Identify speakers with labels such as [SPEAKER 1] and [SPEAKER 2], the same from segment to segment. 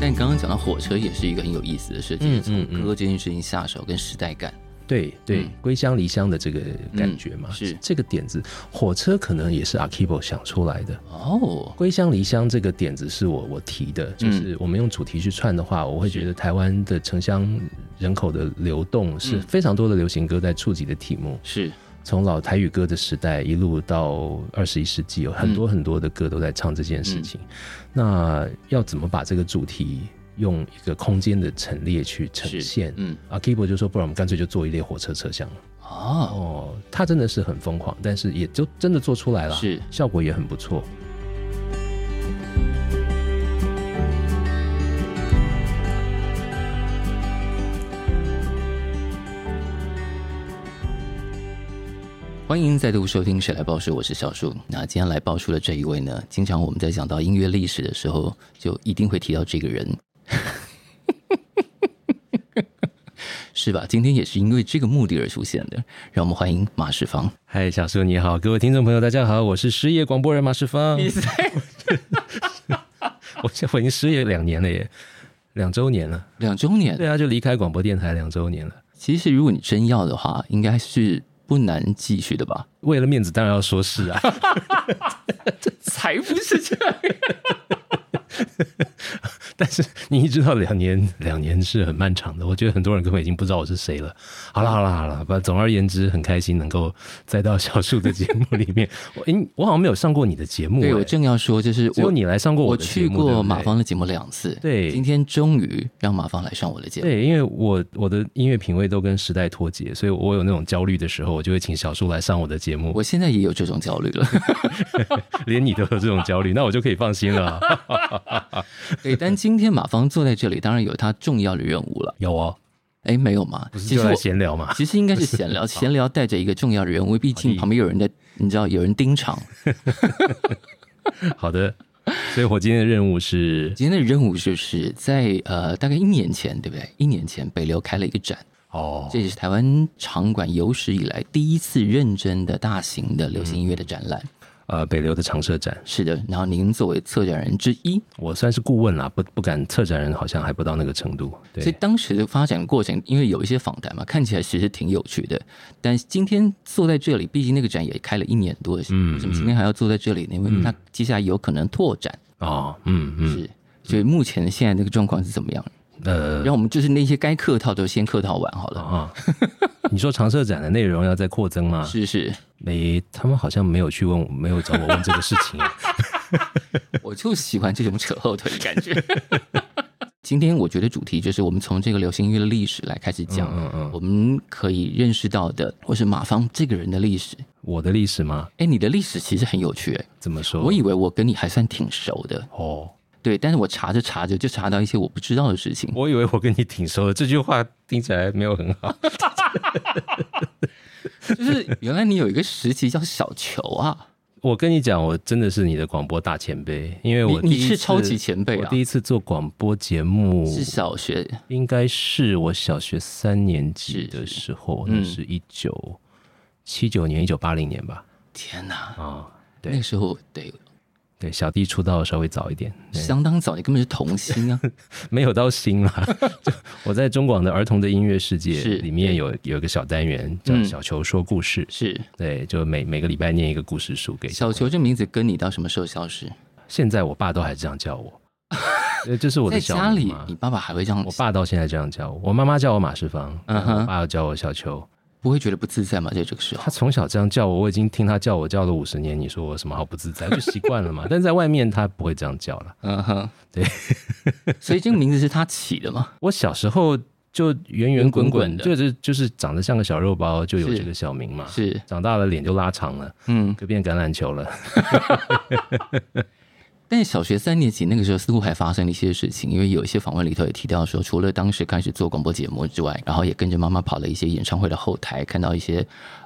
[SPEAKER 1] 但你刚刚讲到火车也是一个很有意思的事情，
[SPEAKER 2] 嗯嗯
[SPEAKER 1] 从歌这件事情下手跟时代感，
[SPEAKER 2] 对对
[SPEAKER 1] 嗯，
[SPEAKER 2] 归乡离乡的这个感觉嘛，
[SPEAKER 1] 嗯是
[SPEAKER 2] 这个点子，火车可能也是 Akibo 想出来的。
[SPEAKER 1] 哦，
[SPEAKER 2] 归乡离乡这个点子是我我提的，
[SPEAKER 1] 嗯
[SPEAKER 2] 就是我们用主题去串的话，我会觉得台湾的城乡人口的流动是
[SPEAKER 1] 嗯
[SPEAKER 2] 非常多的流行歌在触及的题目，
[SPEAKER 1] 是
[SPEAKER 2] 从老台语歌的时代一路到二十一世纪，有
[SPEAKER 1] 嗯
[SPEAKER 2] 很多很多的歌都在唱这件事情。那要怎么把这个主题用一个空间的陈列去呈
[SPEAKER 1] 是，
[SPEAKER 2] 现？
[SPEAKER 1] 嗯，
[SPEAKER 2] 啊 k i b o 就说，不然我们干脆就做一列火车车厢。
[SPEAKER 1] 哦，
[SPEAKER 2] 哦，他真的是很疯狂，但是也就真的做出来了，
[SPEAKER 1] 是
[SPEAKER 2] 效果也很不错。
[SPEAKER 1] 欢迎再度收听《谁来报数》，我是小树。那今天来报数的这一位呢，经常我们在讲到音乐历史的时候，就一定会提到这个人， 是吧？今天也是因为这个目的而出现的，让我们欢迎马世芳。
[SPEAKER 2] 嗨，小叔你好，各位听众朋友大家好，我是失业广播人马世 芳，我现我已经失业两年了耶，两周年了，
[SPEAKER 1] 两周年，
[SPEAKER 2] 对啊，就离开广播电台两周年了。
[SPEAKER 1] 其实如果你真要的话，应该是不难继续的吧？
[SPEAKER 2] 为了面子，当然要说 是啊。
[SPEAKER 1] 才不是这样，
[SPEAKER 2] 但是你知道，两年两年是很漫长的。我觉得很多人根本已经不知道我是谁了。好了好了好了，不，总而言之，很开心能够再到小树的节目里 面。我诶、我好像没有上过你的节目、欸，
[SPEAKER 1] 对我正要说，就是
[SPEAKER 2] 只有
[SPEAKER 1] 我
[SPEAKER 2] 你来上过
[SPEAKER 1] 我
[SPEAKER 2] 的
[SPEAKER 1] 去
[SPEAKER 2] 节目对
[SPEAKER 1] 过
[SPEAKER 2] 不对
[SPEAKER 1] 马芳的节目两次，
[SPEAKER 2] 对
[SPEAKER 1] 今天终于让马芳来上我的节目。
[SPEAKER 2] 对，因为我我的音乐品味都跟时代脱节，所以我有那种焦虑的时候，我就会请小树来上我的节目。
[SPEAKER 1] 我现在也有这种焦虑 了，
[SPEAKER 2] 连你都有这种焦虑，那我就可以放心了啊。
[SPEAKER 1] 对。但今天马芳坐在这里，当然有他重要的任务了。
[SPEAKER 2] 有哦，
[SPEAKER 1] 哎，没有吗？
[SPEAKER 2] 不是
[SPEAKER 1] 其
[SPEAKER 2] 就
[SPEAKER 1] 实
[SPEAKER 2] 来
[SPEAKER 1] 我
[SPEAKER 2] 闲聊嘛？
[SPEAKER 1] 其实应该是闲聊，闲聊带着一个重要的任务，毕竟
[SPEAKER 2] 你
[SPEAKER 1] 旁边有人在，你知道有人盯场。
[SPEAKER 2] 好的，所以我今天的任务是
[SPEAKER 1] 今天的任务就是在呃大概一年前，对不对？一年前北流开了一个展。
[SPEAKER 2] 哦，
[SPEAKER 1] 这也是台湾场馆有史以来第一次认真的大型的流行音乐的展览。
[SPEAKER 2] 呃，北流的长社展，
[SPEAKER 1] 是的，然后您作为策展人之一，
[SPEAKER 2] 我算是顾问啦，不不敢策展人，好像还不到那个程度。
[SPEAKER 1] 所以
[SPEAKER 2] 对，
[SPEAKER 1] 当时的发展过程，因为有一些访谈嘛，看起来其实挺有趣的。但今天坐在这里，毕竟那个展也开了一年多，
[SPEAKER 2] 嗯
[SPEAKER 1] 为什么今天还要坐在这里呢？因为它接下来有可能拓展，
[SPEAKER 2] 哦，嗯嗯，
[SPEAKER 1] 是。所以目前现在这个状况是怎么样？
[SPEAKER 2] 呃，
[SPEAKER 1] 让我们就是那些该客套的先客套完好了。
[SPEAKER 2] 啊，你说长社展的内容要再扩增吗？
[SPEAKER 1] 是是，
[SPEAKER 2] 没，他们好像没有去问我，没有找我问这个事情。啊
[SPEAKER 1] 我就喜欢这种扯后腿的感觉。 今天我觉得主题就是我们从这个流行音乐的历史来开始讲，
[SPEAKER 2] 嗯嗯嗯
[SPEAKER 1] 我们可以认识到的，或是马芳这个人的历史。
[SPEAKER 2] 我的历史吗？
[SPEAKER 1] 哎，你的历史其实很有趣，哎，
[SPEAKER 2] 怎么说？
[SPEAKER 1] 我以为我跟你还算挺熟的，
[SPEAKER 2] 哦，
[SPEAKER 1] 对，但是我查着查着就查到一些我不知道的事情。
[SPEAKER 2] 我以为我跟你挺熟的，这句话听起来没有很 好。
[SPEAKER 1] 就是 原来你有一个时期叫小球啊，
[SPEAKER 2] 我跟你讲，我真的是你的广播大前辈，因为我
[SPEAKER 1] 你你
[SPEAKER 2] 第一
[SPEAKER 1] 是
[SPEAKER 2] 次
[SPEAKER 1] 超级前辈啊
[SPEAKER 2] 我第一次做广播节目
[SPEAKER 1] 是小学，
[SPEAKER 2] 应该是我小学三年级
[SPEAKER 1] 是
[SPEAKER 2] 的时候，
[SPEAKER 1] 是
[SPEAKER 2] 那
[SPEAKER 1] 嗯
[SPEAKER 2] 是一九七九年、一九八零年吧。
[SPEAKER 1] 天哪，
[SPEAKER 2] 啊，对
[SPEAKER 1] 那时候对
[SPEAKER 2] 对，小弟出道稍微早一点，对
[SPEAKER 1] 相当早，你根本是童星 啊，
[SPEAKER 2] 没有到新 啦。就我在中广的儿童的音乐世界
[SPEAKER 1] 是
[SPEAKER 2] 里面有有一个小单元叫
[SPEAKER 1] 嗯
[SPEAKER 2] 小球说故事，
[SPEAKER 1] 是
[SPEAKER 2] 对，就每每个礼拜念一个故事书给
[SPEAKER 1] 小球这名字跟你到什么时候消失？
[SPEAKER 2] 现在我爸都还这样 叫我，呃这是我的
[SPEAKER 1] 在
[SPEAKER 2] 小
[SPEAKER 1] 家
[SPEAKER 2] 名
[SPEAKER 1] 里
[SPEAKER 2] 嘛，
[SPEAKER 1] 你爸爸还会这样
[SPEAKER 2] 我爸到现在这样叫我，我妈妈叫我马世芳，
[SPEAKER 1] 嗯哼
[SPEAKER 2] 我爸又叫我小球。
[SPEAKER 1] 不会觉得不自在吗？在这个时候
[SPEAKER 2] 他，从小这样叫我，我已经听他叫我叫了五十年，你说我有什么好不自在？就习惯 了嘛。但是在外面他不会这样叫了。
[SPEAKER 1] 嗯哼，
[SPEAKER 2] 对，
[SPEAKER 1] 所以这个名字是他起的嘛？
[SPEAKER 2] 我小时候就圆圆滚滚
[SPEAKER 1] 圆滚滚的
[SPEAKER 2] 就是就是长得像个小肉包，就有
[SPEAKER 1] 是
[SPEAKER 2] 这个小名嘛。
[SPEAKER 1] 是，
[SPEAKER 2] 长大了脸就拉长了，
[SPEAKER 1] 嗯，
[SPEAKER 2] 就变橄榄球了。
[SPEAKER 1] 但是小学三年级那个时候似乎还发生了一些事情，因为有一些访问里头也提到说，除了当时开始做广播节目之外，然后也跟着妈妈跑了一些演唱会的后台，看到一些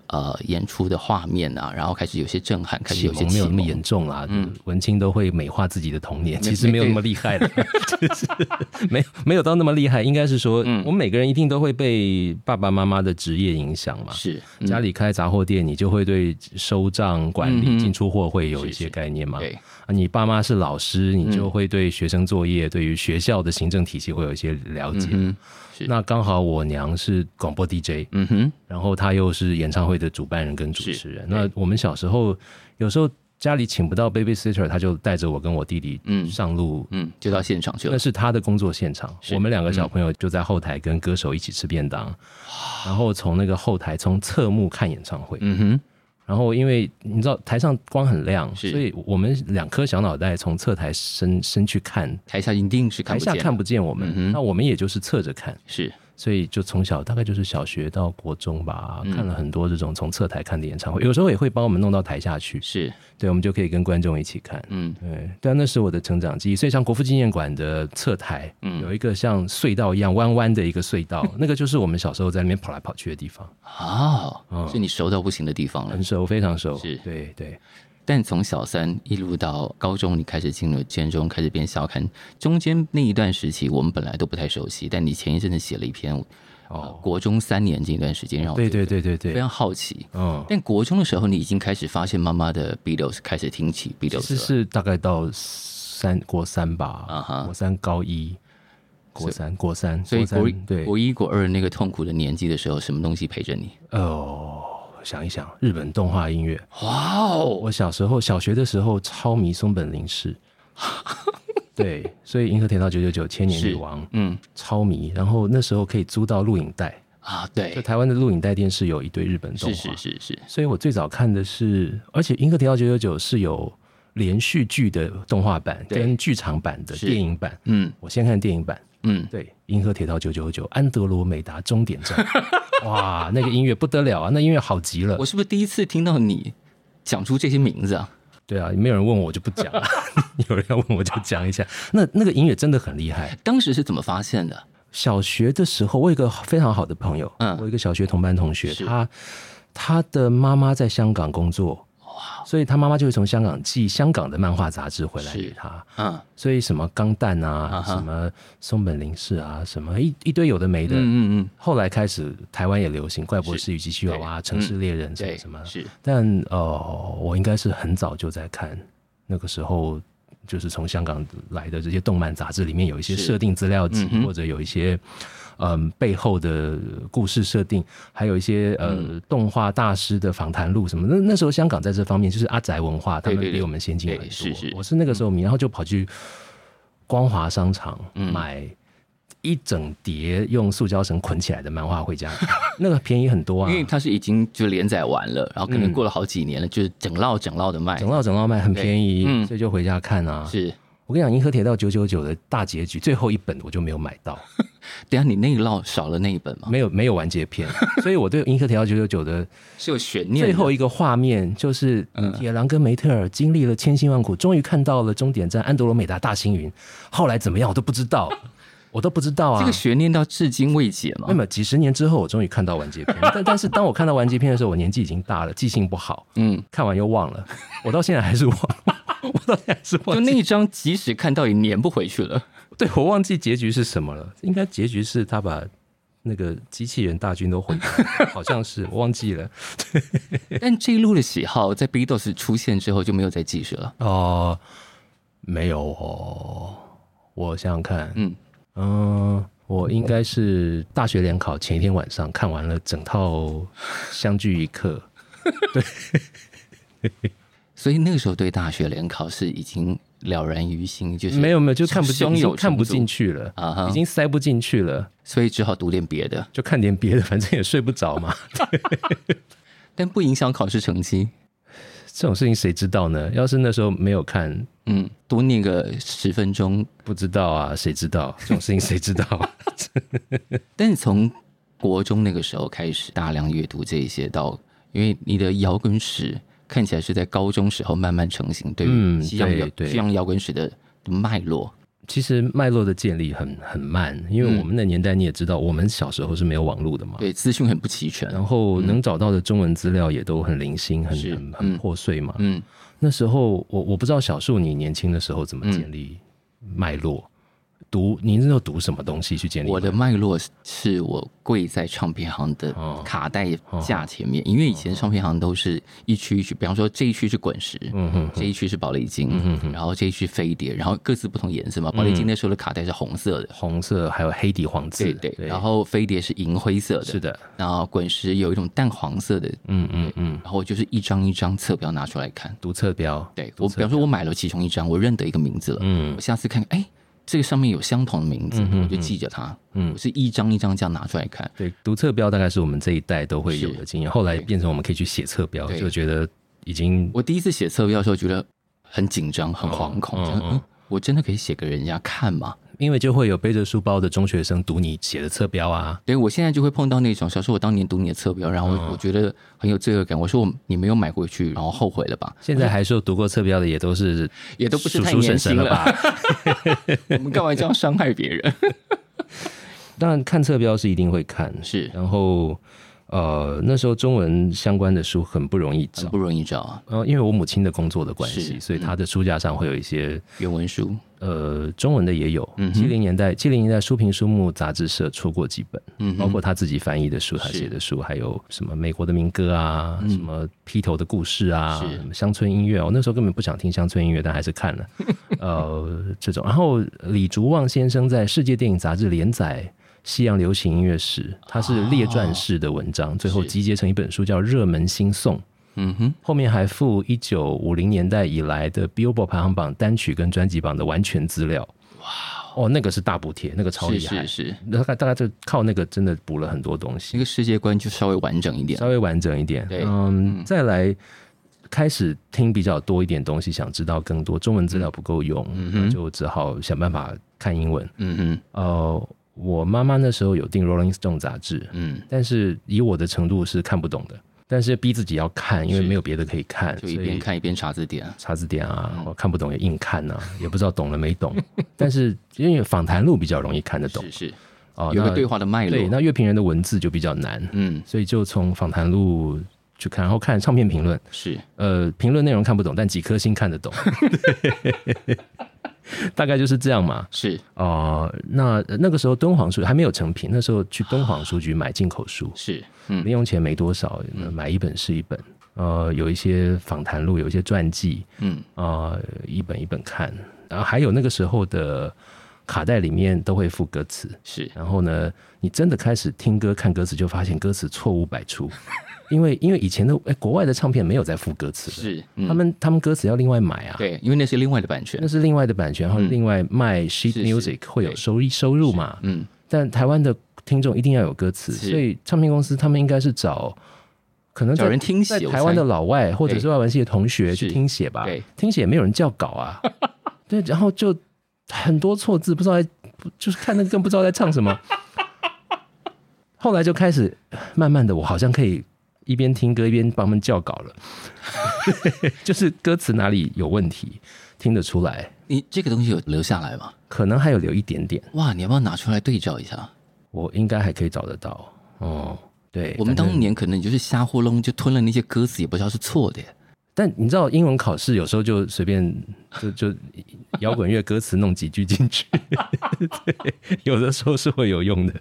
[SPEAKER 1] 呃演出的画面啊，然后开始有些震撼，开始
[SPEAKER 2] 启
[SPEAKER 1] 有些嗯
[SPEAKER 2] 蒙
[SPEAKER 1] 启
[SPEAKER 2] 没有那么
[SPEAKER 1] 蒙
[SPEAKER 2] 严重啦，文青都会美化自己的童年，其实没有那么厉害的， 就是没有没有到那么厉害，应该是说，
[SPEAKER 1] 嗯
[SPEAKER 2] 我们每个人一定都会被爸爸妈妈的职业影响嘛。
[SPEAKER 1] 是
[SPEAKER 2] 家里开杂货店，你就会对收账管理、
[SPEAKER 1] 嗯哼
[SPEAKER 2] 进出货会有一
[SPEAKER 1] 是
[SPEAKER 2] 些
[SPEAKER 1] 是
[SPEAKER 2] 概念嘛。
[SPEAKER 1] 对嗯
[SPEAKER 2] 啊，你爸妈是老师，你就会对学生作业、对于学校的行政体系会有一些了解。
[SPEAKER 1] 嗯是
[SPEAKER 2] 那刚好我娘是广播 DJ，
[SPEAKER 1] 嗯哼
[SPEAKER 2] 然后她又是演唱会的主办人跟主持人。那我们小时候有时候家里请不到 babysitter，她就带着我跟我弟弟
[SPEAKER 1] 嗯
[SPEAKER 2] 上路，
[SPEAKER 1] 嗯，就到现场去
[SPEAKER 2] 那
[SPEAKER 1] 了，
[SPEAKER 2] 是她的工作现场。
[SPEAKER 1] 是
[SPEAKER 2] 我们两个小朋友就在后台跟歌手一起吃便当，然后从那个后台从侧幕看演唱会。
[SPEAKER 1] 嗯哼
[SPEAKER 2] 然后因为你知道台上光很亮，
[SPEAKER 1] 是
[SPEAKER 2] 所以我们两颗小脑袋从侧台伸伸去看，
[SPEAKER 1] 台下一定是看
[SPEAKER 2] 台
[SPEAKER 1] 不
[SPEAKER 2] 下
[SPEAKER 1] 见嗯
[SPEAKER 2] 看
[SPEAKER 1] 的，
[SPEAKER 2] 不见我们，那我们也就是侧着看。
[SPEAKER 1] 是
[SPEAKER 2] 所以就从小大概就是小学到国中吧，
[SPEAKER 1] 嗯
[SPEAKER 2] 看了很多这种从侧台看的演唱会，有时候也会帮我们弄到台下去，
[SPEAKER 1] 是
[SPEAKER 2] 对，我们就可以跟观众一起看。
[SPEAKER 1] 嗯
[SPEAKER 2] 对，但那是我的成长记忆。所以像国父纪念馆的侧台，
[SPEAKER 1] 嗯
[SPEAKER 2] 有一个像隧道一样弯弯的一个 隧道，那个就是我们小时候在那边跑来跑去的地方，
[SPEAKER 1] 啊，是你熟到不行的地方了
[SPEAKER 2] 很。熟，非常熟。
[SPEAKER 1] 哦是
[SPEAKER 2] 对对，
[SPEAKER 1] 但从小三一路到高中，你开始进入建中，开始变校刊，中间那一段时期，我们本来都不太熟悉。但你前一阵子写了一篇，呃，国中三年这一段时间，让我
[SPEAKER 2] 哦对
[SPEAKER 1] 觉得
[SPEAKER 2] 对对对
[SPEAKER 1] 非
[SPEAKER 2] 对，
[SPEAKER 1] 常好奇。
[SPEAKER 2] 嗯。
[SPEAKER 1] 但国中的时候，你已经开始发现妈妈的 Beatles，开始听起
[SPEAKER 2] 其
[SPEAKER 1] Beatles
[SPEAKER 2] 实
[SPEAKER 1] 了。
[SPEAKER 2] 是大概到三国三吧，
[SPEAKER 1] 啊哈
[SPEAKER 2] 国三高一，国三国三，
[SPEAKER 1] 所以
[SPEAKER 2] 国
[SPEAKER 1] 国
[SPEAKER 2] 三对
[SPEAKER 1] 国一、国二那个痛苦的年纪的时候，什么东西陪着你？
[SPEAKER 2] 哦，想一想，日本动画音乐，
[SPEAKER 1] 哇哦，
[SPEAKER 2] 我小时候小学的时候超迷松本 零士，对，所以《银河铁道九九九》《千年女王》
[SPEAKER 1] 嗯
[SPEAKER 2] 超迷，然后那时候可以租到录影带，
[SPEAKER 1] 啊，
[SPEAKER 2] 就
[SPEAKER 1] 对，
[SPEAKER 2] 台湾的录影带店是有一堆日本动
[SPEAKER 1] 是
[SPEAKER 2] 画，
[SPEAKER 1] 是是是，
[SPEAKER 2] 所以我最早看的是，而且《银河铁道九九九》是有连续剧的动画版
[SPEAKER 1] 对
[SPEAKER 2] 跟剧场版的
[SPEAKER 1] 是
[SPEAKER 2] 电影版，
[SPEAKER 1] 嗯
[SPEAKER 2] 我先看电影版。
[SPEAKER 1] 嗯，
[SPEAKER 2] 对，《银河铁道九九九》安德罗美达终点 站，哇，那个音乐不得了啊！那音乐好极了
[SPEAKER 1] 我。是不是第一次听到你讲出这些名字啊？
[SPEAKER 2] 对啊，没有人问我我就不 讲了，有人要问我就讲一下。那那个音乐真的很厉害。
[SPEAKER 1] 当时是怎么发现的？
[SPEAKER 2] 小学的时候，我有一个非常好的朋友，
[SPEAKER 1] 嗯
[SPEAKER 2] 我有一个小学同班同学，
[SPEAKER 1] 是
[SPEAKER 2] 他他的妈妈在香港工作，所以他妈妈就会从香港寄香港的漫画杂志回来
[SPEAKER 1] 是
[SPEAKER 2] 给他。
[SPEAKER 1] 嗯，
[SPEAKER 2] 所以什么钢弹啊
[SPEAKER 1] 啊，哈
[SPEAKER 2] 什么松本零士啊，什么一一堆有的没的，
[SPEAKER 1] 嗯嗯嗯，
[SPEAKER 2] 后来开始台湾也流行《怪博士与机器娃娃》《城市猎人》什么
[SPEAKER 1] 嗯对，
[SPEAKER 2] 什么。
[SPEAKER 1] 是
[SPEAKER 2] 但呃，我应该是很早就在看，那个时候就是从香港来的这些动漫杂志里面有一些
[SPEAKER 1] 是
[SPEAKER 2] 设定资料集，
[SPEAKER 1] 嗯哼
[SPEAKER 2] 或者有一些嗯背后的故事设定，还有一些呃、
[SPEAKER 1] 嗯
[SPEAKER 2] 动画大师的访谈录什么。那那时候香港在这方面就是阿宅文化，他
[SPEAKER 1] 对
[SPEAKER 2] 们
[SPEAKER 1] 对对
[SPEAKER 2] 比我们先进很多。
[SPEAKER 1] 对是是嗯
[SPEAKER 2] 我是那个时候迷，然后就跑去光华商场买。一整叠用塑胶绳捆起来的漫画回家，那个便宜很多啊，
[SPEAKER 1] 因为它是已经就连载完了，然后可能过了好几年了，就是整摞整摞的卖
[SPEAKER 2] 整，到整到卖很便宜，
[SPEAKER 1] 哎对嗯
[SPEAKER 2] 所以就回家看啊。
[SPEAKER 1] 是。
[SPEAKER 2] 我跟你讲，《银河铁道九九九》的大结局最后一本我就没有买到，
[SPEAKER 1] 等一下你那一摞少了那一本吗？
[SPEAKER 2] 没有没有完结篇，所以我对《银河铁道九九九》的
[SPEAKER 1] 是有悬念的。
[SPEAKER 2] 最后一个画面就是
[SPEAKER 1] 嗯
[SPEAKER 2] 铁狼跟梅特尔经历了千辛万苦，终于看到了终点站安德罗美达大星云，后来怎么样我都不 知道，我都不知道啊。
[SPEAKER 1] 这个悬念到至今未解嘛
[SPEAKER 2] 那？么几十年之后，我终于看到完 结篇，但但是当我看到完结篇的时候，我年纪已经大了，记性不好，
[SPEAKER 1] 嗯，
[SPEAKER 2] 看完又忘了，我到现在还是忘，我到现在还是忘
[SPEAKER 1] 就
[SPEAKER 2] 记。
[SPEAKER 1] 那一张，即使看到也粘不回去了。
[SPEAKER 2] 对，我忘记结局是什么了。应该结局是他把那个机器人大军都毁了，好像是我忘记了。
[SPEAKER 1] 但这一路的喜好在 Beatles 出现之后就没有再继续了。
[SPEAKER 2] 哦、没有哦，我想想看，
[SPEAKER 1] 嗯
[SPEAKER 2] 嗯、我应该是大学联考前一天晚上看完了整套《相聚一刻
[SPEAKER 1] 所以那个时候对大学联考是已经了然于心，就》，是
[SPEAKER 2] 没有没有，就看不
[SPEAKER 1] 胸
[SPEAKER 2] 进，已
[SPEAKER 1] 有
[SPEAKER 2] 经看不
[SPEAKER 1] 成竹
[SPEAKER 2] 进去了，
[SPEAKER 1] 啊哈
[SPEAKER 2] 已经塞不进去了，
[SPEAKER 1] 所以只好读点别的，
[SPEAKER 2] 就看点别的，反正也睡不着 嘛。
[SPEAKER 1] 但不影响考试成绩。
[SPEAKER 2] 这种事情谁知道呢？要是那时候没有看，
[SPEAKER 1] 嗯，多念个十分钟。
[SPEAKER 2] 不知道啊，谁知道这种事情谁知道、啊？
[SPEAKER 1] 但从国中那个时候开始大量阅读这一些，到因为你的摇滚史看起来是在高中时候慢慢成型，对于
[SPEAKER 2] 嗯
[SPEAKER 1] 西洋摇、
[SPEAKER 2] 对对
[SPEAKER 1] 西洋摇滚史的脉络。
[SPEAKER 2] 其实脉络的建立很很慢，
[SPEAKER 1] 嗯
[SPEAKER 2] 因为我们那年代你也知道，我们小时候是没有网络的嘛，
[SPEAKER 1] 对，资讯很不齐全，
[SPEAKER 2] 然后能找到的中文资料也都很零星、很
[SPEAKER 1] 是
[SPEAKER 2] 很很
[SPEAKER 1] 嗯
[SPEAKER 2] 破碎嘛。
[SPEAKER 1] 嗯，
[SPEAKER 2] 那时候我我不知道小树你年轻的时候怎
[SPEAKER 1] 嗯
[SPEAKER 2] 么建立脉络，读你那时候读什么东西去建立？
[SPEAKER 1] 我的脉络是我跪在唱片行的
[SPEAKER 2] 哦
[SPEAKER 1] 卡带架前面，因为以前唱片行都是一区一区，比方说这一区是滚石，
[SPEAKER 2] 嗯哼
[SPEAKER 1] 这一区是宝丽金，然后这一区飞碟，然后各自不同颜色嘛。宝丽金那时候的卡带是红色的，
[SPEAKER 2] 红色还有黑底黄字，
[SPEAKER 1] 对对，哦然后飞碟是银灰色的，
[SPEAKER 2] 是的，
[SPEAKER 1] 然后滚石有一种淡黄色的，
[SPEAKER 2] 嗯嗯嗯，
[SPEAKER 1] 然后就是一张一张册表拿出来看。
[SPEAKER 2] 读册标，
[SPEAKER 1] 对我，比方说我买了其中一张，我认得一个名字了，
[SPEAKER 2] 嗯
[SPEAKER 1] 我下次看看，哎，这个上面有相同的名字，我就记着它。
[SPEAKER 2] 嗯
[SPEAKER 1] 我是一张一张这样拿出来看。
[SPEAKER 2] 对，读册标大概是我们这一代都会有
[SPEAKER 1] 是
[SPEAKER 2] 的经验，后来变成我们可以去写册标，
[SPEAKER 1] 对
[SPEAKER 2] 就觉得已经
[SPEAKER 1] 我第一次写册标的时候，觉得很紧张、很惶恐，
[SPEAKER 2] 嗯
[SPEAKER 1] 想
[SPEAKER 2] 嗯
[SPEAKER 1] 嗯，我真的可以写给人家看吗？
[SPEAKER 2] 因为就会有背着书包的中学生读你写的册标啊，
[SPEAKER 1] 对，我现在就会碰到那种，小时候我当年读你的册标，然后
[SPEAKER 2] 嗯
[SPEAKER 1] 我我觉得很有罪恶感。我说我你没有买回去，然后后悔了 吧？
[SPEAKER 2] 现在还说读过册标的也都是
[SPEAKER 1] 哎也都不是
[SPEAKER 2] 叔
[SPEAKER 1] 太
[SPEAKER 2] 叔
[SPEAKER 1] 年
[SPEAKER 2] 婶
[SPEAKER 1] 轻
[SPEAKER 2] 婶了吧？
[SPEAKER 1] 我们干嘛这样伤害别人？
[SPEAKER 2] 当然看册标是一定会看，
[SPEAKER 1] 是
[SPEAKER 2] 然后呃那时候中文相关的书很不容易
[SPEAKER 1] 很
[SPEAKER 2] 找。
[SPEAKER 1] 不容易找啊，
[SPEAKER 2] 呃，因为我母亲的工作的关系，
[SPEAKER 1] 是嗯
[SPEAKER 2] 所以她的书架上会有一些
[SPEAKER 1] 原文书
[SPEAKER 2] 呃中文的也有。
[SPEAKER 1] 嗯哼
[SPEAKER 2] 七零年代，七零年代书评书目杂志社出过几本，
[SPEAKER 1] 嗯哼
[SPEAKER 2] 包括她自己翻译的书，她写的书，还有什么美国的民歌啊，什么披头的故事啊，
[SPEAKER 1] 嗯是
[SPEAKER 2] 什么乡村音乐。我那时候根本不想听乡村音乐，但还 是看了。呃，这种。然后李竹旺先生在《世界电影杂志》连载。西洋流行音乐史，它是列传式的文章，最后集结成一本书，叫《热门新颂》。
[SPEAKER 1] 嗯哼，
[SPEAKER 2] 后面还附一九五零年代以来的 Billboard 排行榜单曲跟专辑榜的完全资料。哇哦，那个是大补贴，那个超
[SPEAKER 1] 是
[SPEAKER 2] 厉害
[SPEAKER 1] 是。是，
[SPEAKER 2] 大概大概就靠那个真的补了很多东
[SPEAKER 1] 这
[SPEAKER 2] 西，
[SPEAKER 1] 个世界观就稍微完整一点
[SPEAKER 2] 稍。微完整一点。
[SPEAKER 1] 对
[SPEAKER 2] 嗯，再来开始听比较多一点东西，想知道更多中文
[SPEAKER 1] 嗯
[SPEAKER 2] 资料不够用，那就只好想办法看英文。
[SPEAKER 1] 嗯哼，
[SPEAKER 2] 呃，我妈妈那时候有订《Rolling Stone》杂志，
[SPEAKER 1] 嗯，
[SPEAKER 2] 但是以我的程度是看不懂的，但是逼自己要看，因为
[SPEAKER 1] 是
[SPEAKER 2] 没有别的可以看，
[SPEAKER 1] 就一
[SPEAKER 2] 所以
[SPEAKER 1] 边看一边查字典啊。
[SPEAKER 2] 查字典啊，我看不懂也硬看啊， 也不知道懂了没懂。 但是因为访谈录比较容易看得懂
[SPEAKER 1] 是是，
[SPEAKER 2] 哦，
[SPEAKER 1] 有个
[SPEAKER 2] 那
[SPEAKER 1] 对话的脉
[SPEAKER 2] 对，
[SPEAKER 1] 络。
[SPEAKER 2] 那乐评人的文字就比较难，
[SPEAKER 1] 嗯，
[SPEAKER 2] 所以就从访谈录去看，然后看唱片评论，
[SPEAKER 1] 是
[SPEAKER 2] 呃，评论内容看不懂，但几颗星看得懂， 大概就是这样嘛。
[SPEAKER 1] 是
[SPEAKER 2] 哦、那那个时候敦煌书还没有成品，那时候去敦煌书局买进口书，
[SPEAKER 1] 是，嗯
[SPEAKER 2] 零用钱没多少，那买一本是一本。呃，有一些访谈录，有一些传记，
[SPEAKER 1] 嗯，
[SPEAKER 2] 啊、一本一本看。然后还有那个时候的卡带里面都会附歌词，
[SPEAKER 1] 是
[SPEAKER 2] 然后呢，你真的开始听歌看歌词，就发现歌词错误 百出，因为因为以前的哎国外的唱片没有在附歌词的，
[SPEAKER 1] 是，嗯，
[SPEAKER 2] 他们他们歌词要另外买啊。
[SPEAKER 1] 对，因为那是另外的版权
[SPEAKER 2] 那。是另外的版权，然后另外卖 sheet
[SPEAKER 1] 是
[SPEAKER 2] music 会有
[SPEAKER 1] 对
[SPEAKER 2] 收益收入嘛？
[SPEAKER 1] 嗯，
[SPEAKER 2] 但台湾的听众一定要有歌词，
[SPEAKER 1] 是
[SPEAKER 2] 所以唱片公司他们应该是找可能
[SPEAKER 1] 找
[SPEAKER 2] 在
[SPEAKER 1] 人听写
[SPEAKER 2] 在，
[SPEAKER 1] 我
[SPEAKER 2] 台湾
[SPEAKER 1] 猜
[SPEAKER 2] 的老外或者是外文系的同学去
[SPEAKER 1] 是
[SPEAKER 2] 听写吧
[SPEAKER 1] 对，
[SPEAKER 2] 听写没有人校稿 啊，对，然后就很多错字，不知道在不就是看那个更不知道在唱什么。 后来就开始慢慢的，我好像可以一边听歌一边帮他们校稿 了，就是歌词哪里有问题听得出来，
[SPEAKER 1] 你这个东西有留下来吗？
[SPEAKER 2] 可能还有留一点点，
[SPEAKER 1] 哇，你要不要拿出来对照一下？
[SPEAKER 2] 我应该还可以找得到。哦，对，
[SPEAKER 1] 我们
[SPEAKER 2] 反正
[SPEAKER 1] 当年可能你就是瞎糊弄，就吞了那些歌词，也不知道是错的耶。
[SPEAKER 2] 但你知道英文考试有时候就随便 就就摇滚乐歌词弄几句进去， 对，有的时候是会有用的。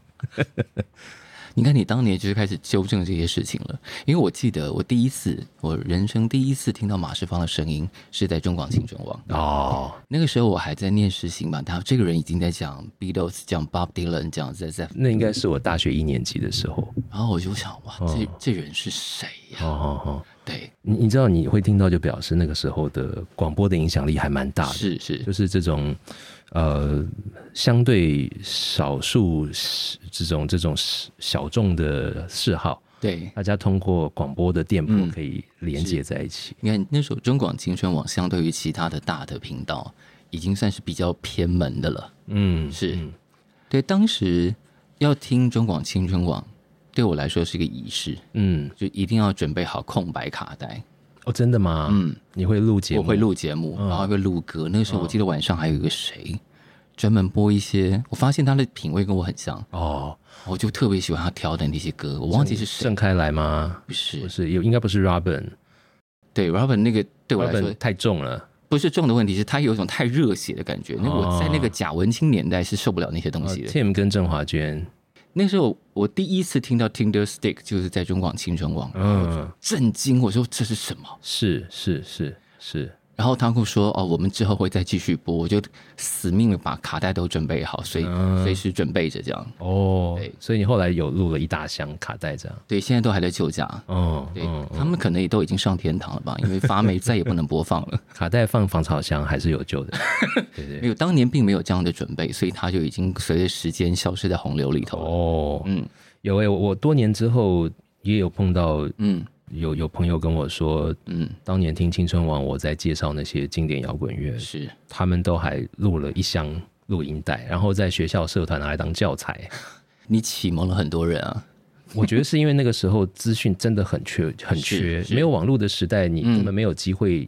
[SPEAKER 1] 你看，你当年就是开始纠正这些事情了。因为我记得我第一次，我人生第一次听到马世芳的声音是在中广新闻网。
[SPEAKER 2] 哦，
[SPEAKER 1] 那个时候我还在念实行吧，他这个人已经在讲 Beatles，讲 Bob Dylan，讲 z z
[SPEAKER 2] 那应该是我大学一年级的时候。
[SPEAKER 1] 然后我就想，哇，这这人是谁呀、
[SPEAKER 2] 哦哦哦，
[SPEAKER 1] 对，
[SPEAKER 2] 你你知道你会听到就表示那个时候的广播的影响力还蛮大的，
[SPEAKER 1] 是是
[SPEAKER 2] 就是这种呃相对少数是这种这种是小众的嗜好，
[SPEAKER 1] 对。
[SPEAKER 2] 大家通过广播的店
[SPEAKER 1] 嗯
[SPEAKER 2] 铺可以连接在一起。
[SPEAKER 1] 你看那时候中广青春网相对于其他的大的频道，已经算是比较偏门的了。
[SPEAKER 2] 嗯，
[SPEAKER 1] 是
[SPEAKER 2] 嗯
[SPEAKER 1] 对，当时要听中广青春网，对我来说是一个仪式，
[SPEAKER 2] 嗯，
[SPEAKER 1] 就一定要准备好空白卡带。
[SPEAKER 2] 哦，真的吗？嗯，你会录节目？嗯
[SPEAKER 1] 我会录节目，然后会录歌。那个时候我记得晚上还有一个谁，专门播一些，我发现他的品味跟我很像，
[SPEAKER 2] 哦，
[SPEAKER 1] 我就特别喜欢他挑的那些歌。我忘记是谁，
[SPEAKER 2] 盛开来吗？
[SPEAKER 1] 不
[SPEAKER 2] 不
[SPEAKER 1] 是
[SPEAKER 2] 是，有应该不是 Robin，Robin
[SPEAKER 1] 对 Robin 那个对我来说
[SPEAKER 2] 太重了。
[SPEAKER 1] 不是重的问题，是他有一种太热血的感觉。那
[SPEAKER 2] 哦
[SPEAKER 1] 我在那个假文青年代是受不了那些东
[SPEAKER 2] 呃
[SPEAKER 1] 西的。
[SPEAKER 2] Tim 跟郑华娟，
[SPEAKER 1] 那时候我第一次听到 Tinder Stick 就是在中广青春网，
[SPEAKER 2] 嗯，
[SPEAKER 1] 震惊，我说这是什么？
[SPEAKER 2] 是是是是，
[SPEAKER 1] 然后他跟我说：“哦，我们之后会再继续播。”我就死命的把卡带都准备好，随、
[SPEAKER 2] 嗯
[SPEAKER 1] 随时准备着这样。
[SPEAKER 2] 哦
[SPEAKER 1] 对，
[SPEAKER 2] 所以你后来有录了一大箱卡带这样，
[SPEAKER 1] 对，现在都还在休假。
[SPEAKER 2] 哦，
[SPEAKER 1] 对、
[SPEAKER 2] 嗯，
[SPEAKER 1] 他们可能也都已经上天堂了吧？因为发霉再也不能播放了。
[SPEAKER 2] 卡带放防潮箱还是有救的，对对
[SPEAKER 1] 没有，当年并没有这样的准备，所以它就已经随着时间消失在洪流里头了。
[SPEAKER 2] 哦，
[SPEAKER 1] 嗯
[SPEAKER 2] 有诶、我我多年之后也有碰到
[SPEAKER 1] 嗯
[SPEAKER 2] 有有朋友跟我说，
[SPEAKER 1] 嗯，
[SPEAKER 2] 当年听青春网我在介绍那些经典摇滚乐，
[SPEAKER 1] 是
[SPEAKER 2] 他们都还录了一箱录音带，然后在学校社团拿来当 教材。
[SPEAKER 1] 你启蒙了很多人啊。
[SPEAKER 2] 我觉得是因为那个时候资讯真的很缺，很缺
[SPEAKER 1] 是，是
[SPEAKER 2] 没有网络的时代，你
[SPEAKER 1] 嗯
[SPEAKER 2] 根本没有机会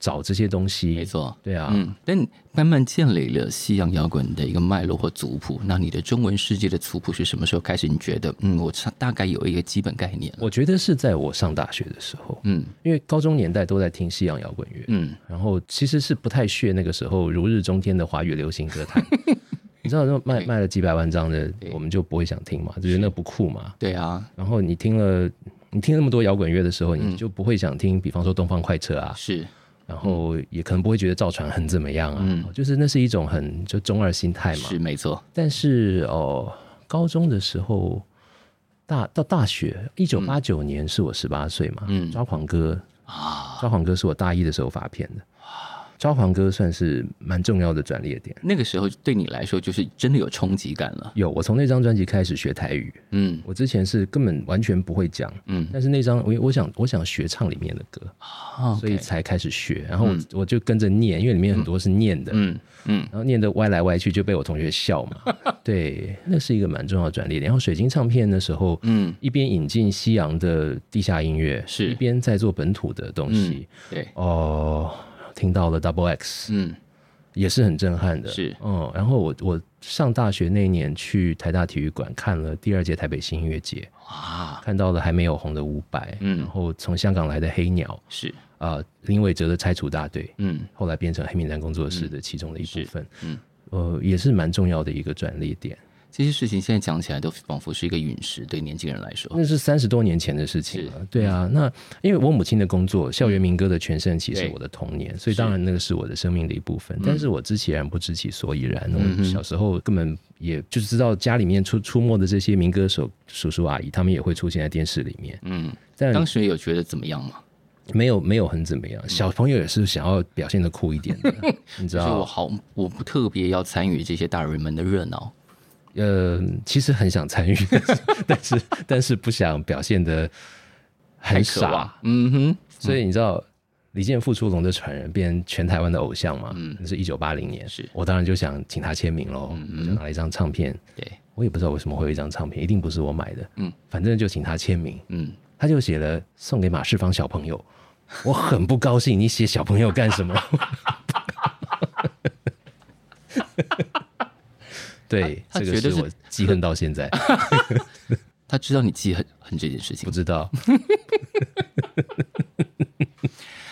[SPEAKER 2] 找这些东
[SPEAKER 1] 没
[SPEAKER 2] 西。
[SPEAKER 1] 错。
[SPEAKER 2] 对啊，
[SPEAKER 1] 嗯，但你慢慢建立了西洋摇滚的一个脉络或族谱，那你的中文世界的族谱是什么时候开始？你觉得，嗯，我大概有一个基本概念了。
[SPEAKER 2] 我觉得是在我上大学的时候，
[SPEAKER 1] 嗯
[SPEAKER 2] 因为高中年代都在听西洋摇滚乐，
[SPEAKER 1] 嗯，
[SPEAKER 2] 然后其实是不太屑那个时候如日中天的华语流行 歌坛。你知道，那卖卖了几百万张的，我们就不会想听嘛，就觉得那不酷嘛。
[SPEAKER 1] 对啊，
[SPEAKER 2] 然后你听了，你听那么多摇滚乐的时候，你就不会想听，比方说东方快车啊，
[SPEAKER 1] 嗯是
[SPEAKER 2] 然后也可能不会觉得赵传很怎么样啊，
[SPEAKER 1] 嗯
[SPEAKER 2] 就是那是一种很就中二心态嘛
[SPEAKER 1] 是。没错，
[SPEAKER 2] 但是哦，高中的时候，大到大学，一九八九年是我十八岁嘛，
[SPEAKER 1] 嗯
[SPEAKER 2] 抓狂哥
[SPEAKER 1] 啊，
[SPEAKER 2] 抓狂哥是我大一的时候发片的，抓狂哥算是蛮重要的转捩点。
[SPEAKER 1] 那个时候对你来说就是真的有冲击感了。
[SPEAKER 2] 有，我从那张专辑开始学台语，
[SPEAKER 1] 嗯
[SPEAKER 2] 我之前是根本完全不会讲，
[SPEAKER 1] 嗯，
[SPEAKER 2] 但是那张我我想我想学唱里面的歌，
[SPEAKER 1] 啊
[SPEAKER 2] 所以才开始学，然后我,、我就跟着念，因为里面很多是念的，
[SPEAKER 1] 嗯嗯
[SPEAKER 2] 然后念的歪来歪去就被我同学笑 嘛。对，那是一个蛮重要的转捩点。然后水晶唱片那时候，
[SPEAKER 1] 嗯，
[SPEAKER 2] 一边引进西洋的地下音乐，
[SPEAKER 1] 是嗯
[SPEAKER 2] 一边在做本土的东西。
[SPEAKER 1] 对，
[SPEAKER 2] 哦，听到了 Double X，、
[SPEAKER 1] 嗯
[SPEAKER 2] 也是很震撼的。
[SPEAKER 1] 是
[SPEAKER 2] 嗯，然后我我上大学那一年去台大体育馆看了第二届台北新音乐节，
[SPEAKER 1] 哇，
[SPEAKER 2] 看到了还没有红的伍佰，
[SPEAKER 1] 啊嗯
[SPEAKER 2] 然后从香港来的黑鸟，
[SPEAKER 1] 是
[SPEAKER 2] 呃，林伟哲的拆除大队，
[SPEAKER 1] 嗯
[SPEAKER 2] 后来变成黑名单工作室的其中的一部分，
[SPEAKER 1] 嗯
[SPEAKER 2] 呃，也是蛮重要的一个转捩点。
[SPEAKER 1] 这些事情现在讲起来都仿佛是一个陨石，对年轻人来说，
[SPEAKER 2] 那是三十多年前的事情了，对啊。那因为我母亲的工作，校园民歌的全盛期
[SPEAKER 1] 嗯
[SPEAKER 2] 是
[SPEAKER 1] 对嗯
[SPEAKER 2] 我的童年，所以当然那个是我的生命的一部分。但是我知其然不知其所以然，我小时候根本也就知道家里面出出没的这些民歌手叔叔阿姨，他们也会出现在电视里面，
[SPEAKER 1] 嗯，
[SPEAKER 2] 但
[SPEAKER 1] 当时有觉得怎么样吗？
[SPEAKER 2] 没有没有很怎么样。小朋友也是想要表现的酷 一点的，你知
[SPEAKER 1] 就是我
[SPEAKER 2] 道？
[SPEAKER 1] 好，我不特别要参与这些大人们的热闹。
[SPEAKER 2] 呃，其实很想参与， 但是但是不想表现的很
[SPEAKER 1] 太渴
[SPEAKER 2] 傻
[SPEAKER 1] 望，。嗯哼，
[SPEAKER 2] 所以你知道李健复出《龙的传人》变成全台湾的偶像嘛？嗯，那是一九八零年，
[SPEAKER 1] 是嗯
[SPEAKER 2] 我当然就想请他签名喽，我就拿了一张唱片，
[SPEAKER 1] 对，
[SPEAKER 2] 我也不知道为什么会有一张唱片，一定不是我买的，嗯，反正就请他签名，
[SPEAKER 1] 嗯，
[SPEAKER 2] 他就写了送给马世芳小朋友，我很不高兴，你写小朋友干什么？ 对，
[SPEAKER 1] 他
[SPEAKER 2] 这个
[SPEAKER 1] 觉得
[SPEAKER 2] 是
[SPEAKER 1] 是
[SPEAKER 2] 我记恨到现在，
[SPEAKER 1] 他知道你记恨恨这件事情
[SPEAKER 2] 不，知道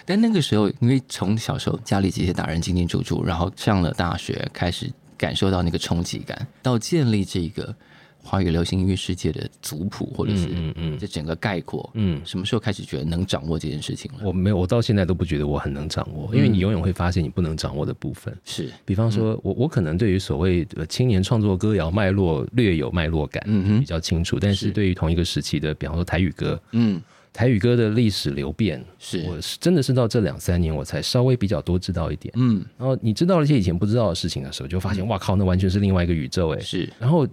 [SPEAKER 1] 但那个时候，因为从小时候家里这些大人进进出出，然后上了大学，开始感受到那个冲击感，到建立这个华语流行音乐世界的族谱，或者
[SPEAKER 2] 嗯
[SPEAKER 1] 是
[SPEAKER 2] 嗯
[SPEAKER 1] 这整个概括，
[SPEAKER 2] 嗯，
[SPEAKER 1] 什么时候开始觉得能掌握这件事情了？
[SPEAKER 2] 我没有，我到现在都不觉得我很能掌握，因为
[SPEAKER 1] 嗯
[SPEAKER 2] 你永远会发现你不能掌握的部分。
[SPEAKER 1] 是，
[SPEAKER 2] 比方
[SPEAKER 1] 嗯
[SPEAKER 2] 说，我我可能对于所谓呃青年创作歌谣脉络略有脉络感，
[SPEAKER 1] 嗯
[SPEAKER 2] 比较清楚，但是对于同一个时期的，比方说台语歌，
[SPEAKER 1] 嗯，
[SPEAKER 2] 台语歌的历史流变，
[SPEAKER 1] 是，
[SPEAKER 2] 我是真的是到这两三年我才稍微比较多知道一点。
[SPEAKER 1] 嗯，
[SPEAKER 2] 然后你知道了一些以前不知道的事情的时候，就发现哇靠，那完全是另外一个宇宙哎。
[SPEAKER 1] 是，
[SPEAKER 2] 然后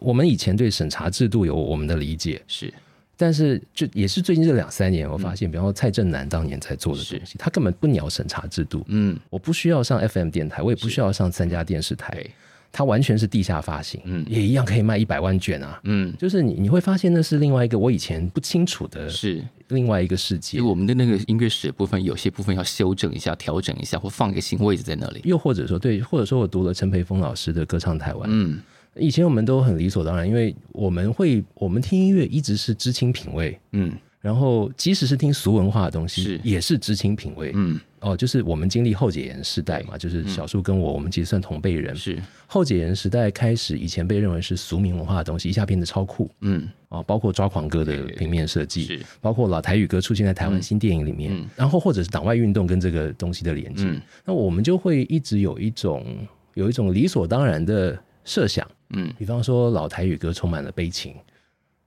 [SPEAKER 2] 我们以前对审查制度有我们的理解，
[SPEAKER 1] 是，
[SPEAKER 2] 但是就也是最近这两三年，我
[SPEAKER 1] 嗯
[SPEAKER 2] 发现，比方说蔡正南当年在做的东西，他根本不鸟审查制度。
[SPEAKER 1] 嗯，
[SPEAKER 2] 我不需要上 FM 电台，我也不需要上三家电视台，
[SPEAKER 1] 对，
[SPEAKER 2] 它完全是地下发行，
[SPEAKER 1] 嗯
[SPEAKER 2] 也一样可以卖一百万卷啊。
[SPEAKER 1] 嗯，
[SPEAKER 2] 就是你你会发现那是另外一个我以前不清楚的
[SPEAKER 1] 是。
[SPEAKER 2] 另外一个世界
[SPEAKER 1] 因为，我们的那个音乐史部分，有些部分要修正一下、调整一下，或放一个新位置在那里。
[SPEAKER 2] 又或者说对，或者说我读了陈培峰老师的《歌唱台湾》，
[SPEAKER 1] 嗯，
[SPEAKER 2] 以前我们都很理所当然，因为我们会我们听音乐一直是知青品味，
[SPEAKER 1] 嗯
[SPEAKER 2] 然后即使是听俗文化的东西，
[SPEAKER 1] 是
[SPEAKER 2] 也是知青品味。
[SPEAKER 1] 嗯，
[SPEAKER 2] 哦，就是我们经历后解严时代嘛，就是小树跟我，我们其实算同辈人。
[SPEAKER 1] 是，
[SPEAKER 2] 后解严时代开始，以前被认为是俗民文化的东西，一下变得超酷
[SPEAKER 1] 嗯
[SPEAKER 2] 哦，包括抓狂歌的平面设计，
[SPEAKER 1] 是，
[SPEAKER 2] 包括老台语歌出现在台湾新电影里面，
[SPEAKER 1] 嗯
[SPEAKER 2] 然后或者是党外运动跟这个东西的连接，
[SPEAKER 1] 嗯
[SPEAKER 2] 那我们就会一直有一种有一种理所当然的设想，
[SPEAKER 1] 嗯
[SPEAKER 2] 比方说老台语歌充满了悲情，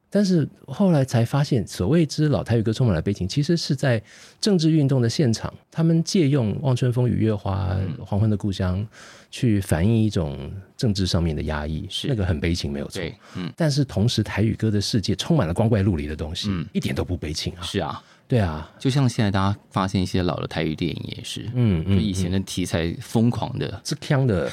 [SPEAKER 2] 但是后来才发现，所谓之老台语歌充满了悲情，其实是在政治运动的现场，他们借用《望春风雨月花》
[SPEAKER 1] 嗯
[SPEAKER 2] 《黄昏的故乡》去反映一种政治上面的压抑，
[SPEAKER 1] 是
[SPEAKER 2] 那个很悲情，没有错。
[SPEAKER 1] 对，嗯
[SPEAKER 2] 但是同时，台语歌的世界充满了光怪陆离的东西，
[SPEAKER 1] 嗯
[SPEAKER 2] 一点都不悲情啊！
[SPEAKER 1] 是啊，
[SPEAKER 2] 对啊，
[SPEAKER 1] 就像现在大家发现一些老的台语电影也是，
[SPEAKER 2] 嗯
[SPEAKER 1] 就
[SPEAKER 2] 嗯，
[SPEAKER 1] 以前的题材疯狂的，
[SPEAKER 2] 是 腔的，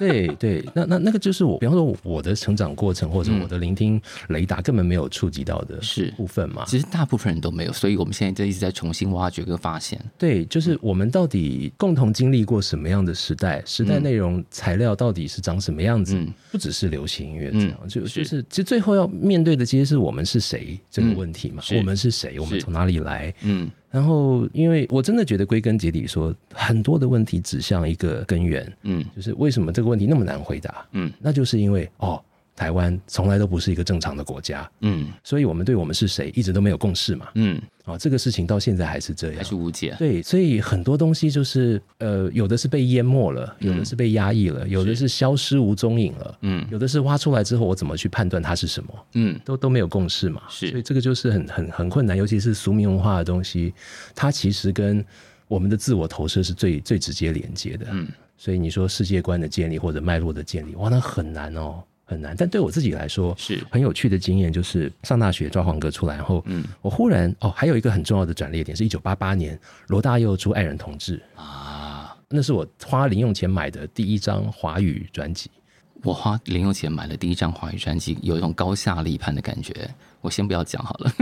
[SPEAKER 2] 对对，那那那个就是我，比方说我的成长过程或者我的聆听雷达根本没有触及到的
[SPEAKER 1] 是
[SPEAKER 2] 部分嘛，
[SPEAKER 1] 其实大部分人都没有，所以我们现在在一直在重新挖掘跟发现。
[SPEAKER 2] 对，就是我们到底共同经历过什么样的时代？时代内容材料到底是长什么样子？
[SPEAKER 1] 嗯
[SPEAKER 2] 不只是流行音乐这样，就就是是其实最后要面对的其实是我们是谁这个
[SPEAKER 1] 嗯
[SPEAKER 2] 问题嘛？
[SPEAKER 1] 是
[SPEAKER 2] 我们是谁？我们
[SPEAKER 1] 是
[SPEAKER 2] 从哪里来？
[SPEAKER 1] 嗯
[SPEAKER 2] 然后，因为我真的觉得归根结底说，很多的问题指向一个根源，
[SPEAKER 1] 嗯
[SPEAKER 2] 就是为什么这个问题那么难回答？
[SPEAKER 1] 嗯
[SPEAKER 2] 那就是因为哦，台湾从来都不是一个正常的国家，
[SPEAKER 1] 嗯
[SPEAKER 2] 所以我们对我们是谁一直都没有共识嘛。
[SPEAKER 1] 嗯，
[SPEAKER 2] 啊、这个事情到现在还是这样
[SPEAKER 1] 还。是无解。
[SPEAKER 2] 对，所以很多东西就是，呃，有的是被淹没了，有的是被压抑了，有的是消失无踪影了，
[SPEAKER 1] 嗯
[SPEAKER 2] 有的是挖出来之后，我怎么去判断它是什么，
[SPEAKER 1] 嗯
[SPEAKER 2] 都都没有共识嘛。
[SPEAKER 1] 是
[SPEAKER 2] 所以这个就是很很很困难，尤其是俗民文化的东西，它其实跟我们的自我投射是最最直接连接的。
[SPEAKER 1] 嗯，
[SPEAKER 2] 所以你说世界观的建立或者脉络的建立，哇，那很难哦，很难。但对我自己来说，
[SPEAKER 1] 是
[SPEAKER 2] 很有趣的经验，就是上大学抓黄哥出来后，
[SPEAKER 1] 嗯
[SPEAKER 2] 我忽然哦，还有一个很重要的转捩点是1988年罗大佑出《爱人同志》，
[SPEAKER 1] 啊，
[SPEAKER 2] 那是我花零用钱买的第一张华语专辑。
[SPEAKER 1] 我花零用钱买了第一张华语专辑，有一种高下立判的感觉。我先不要讲好了，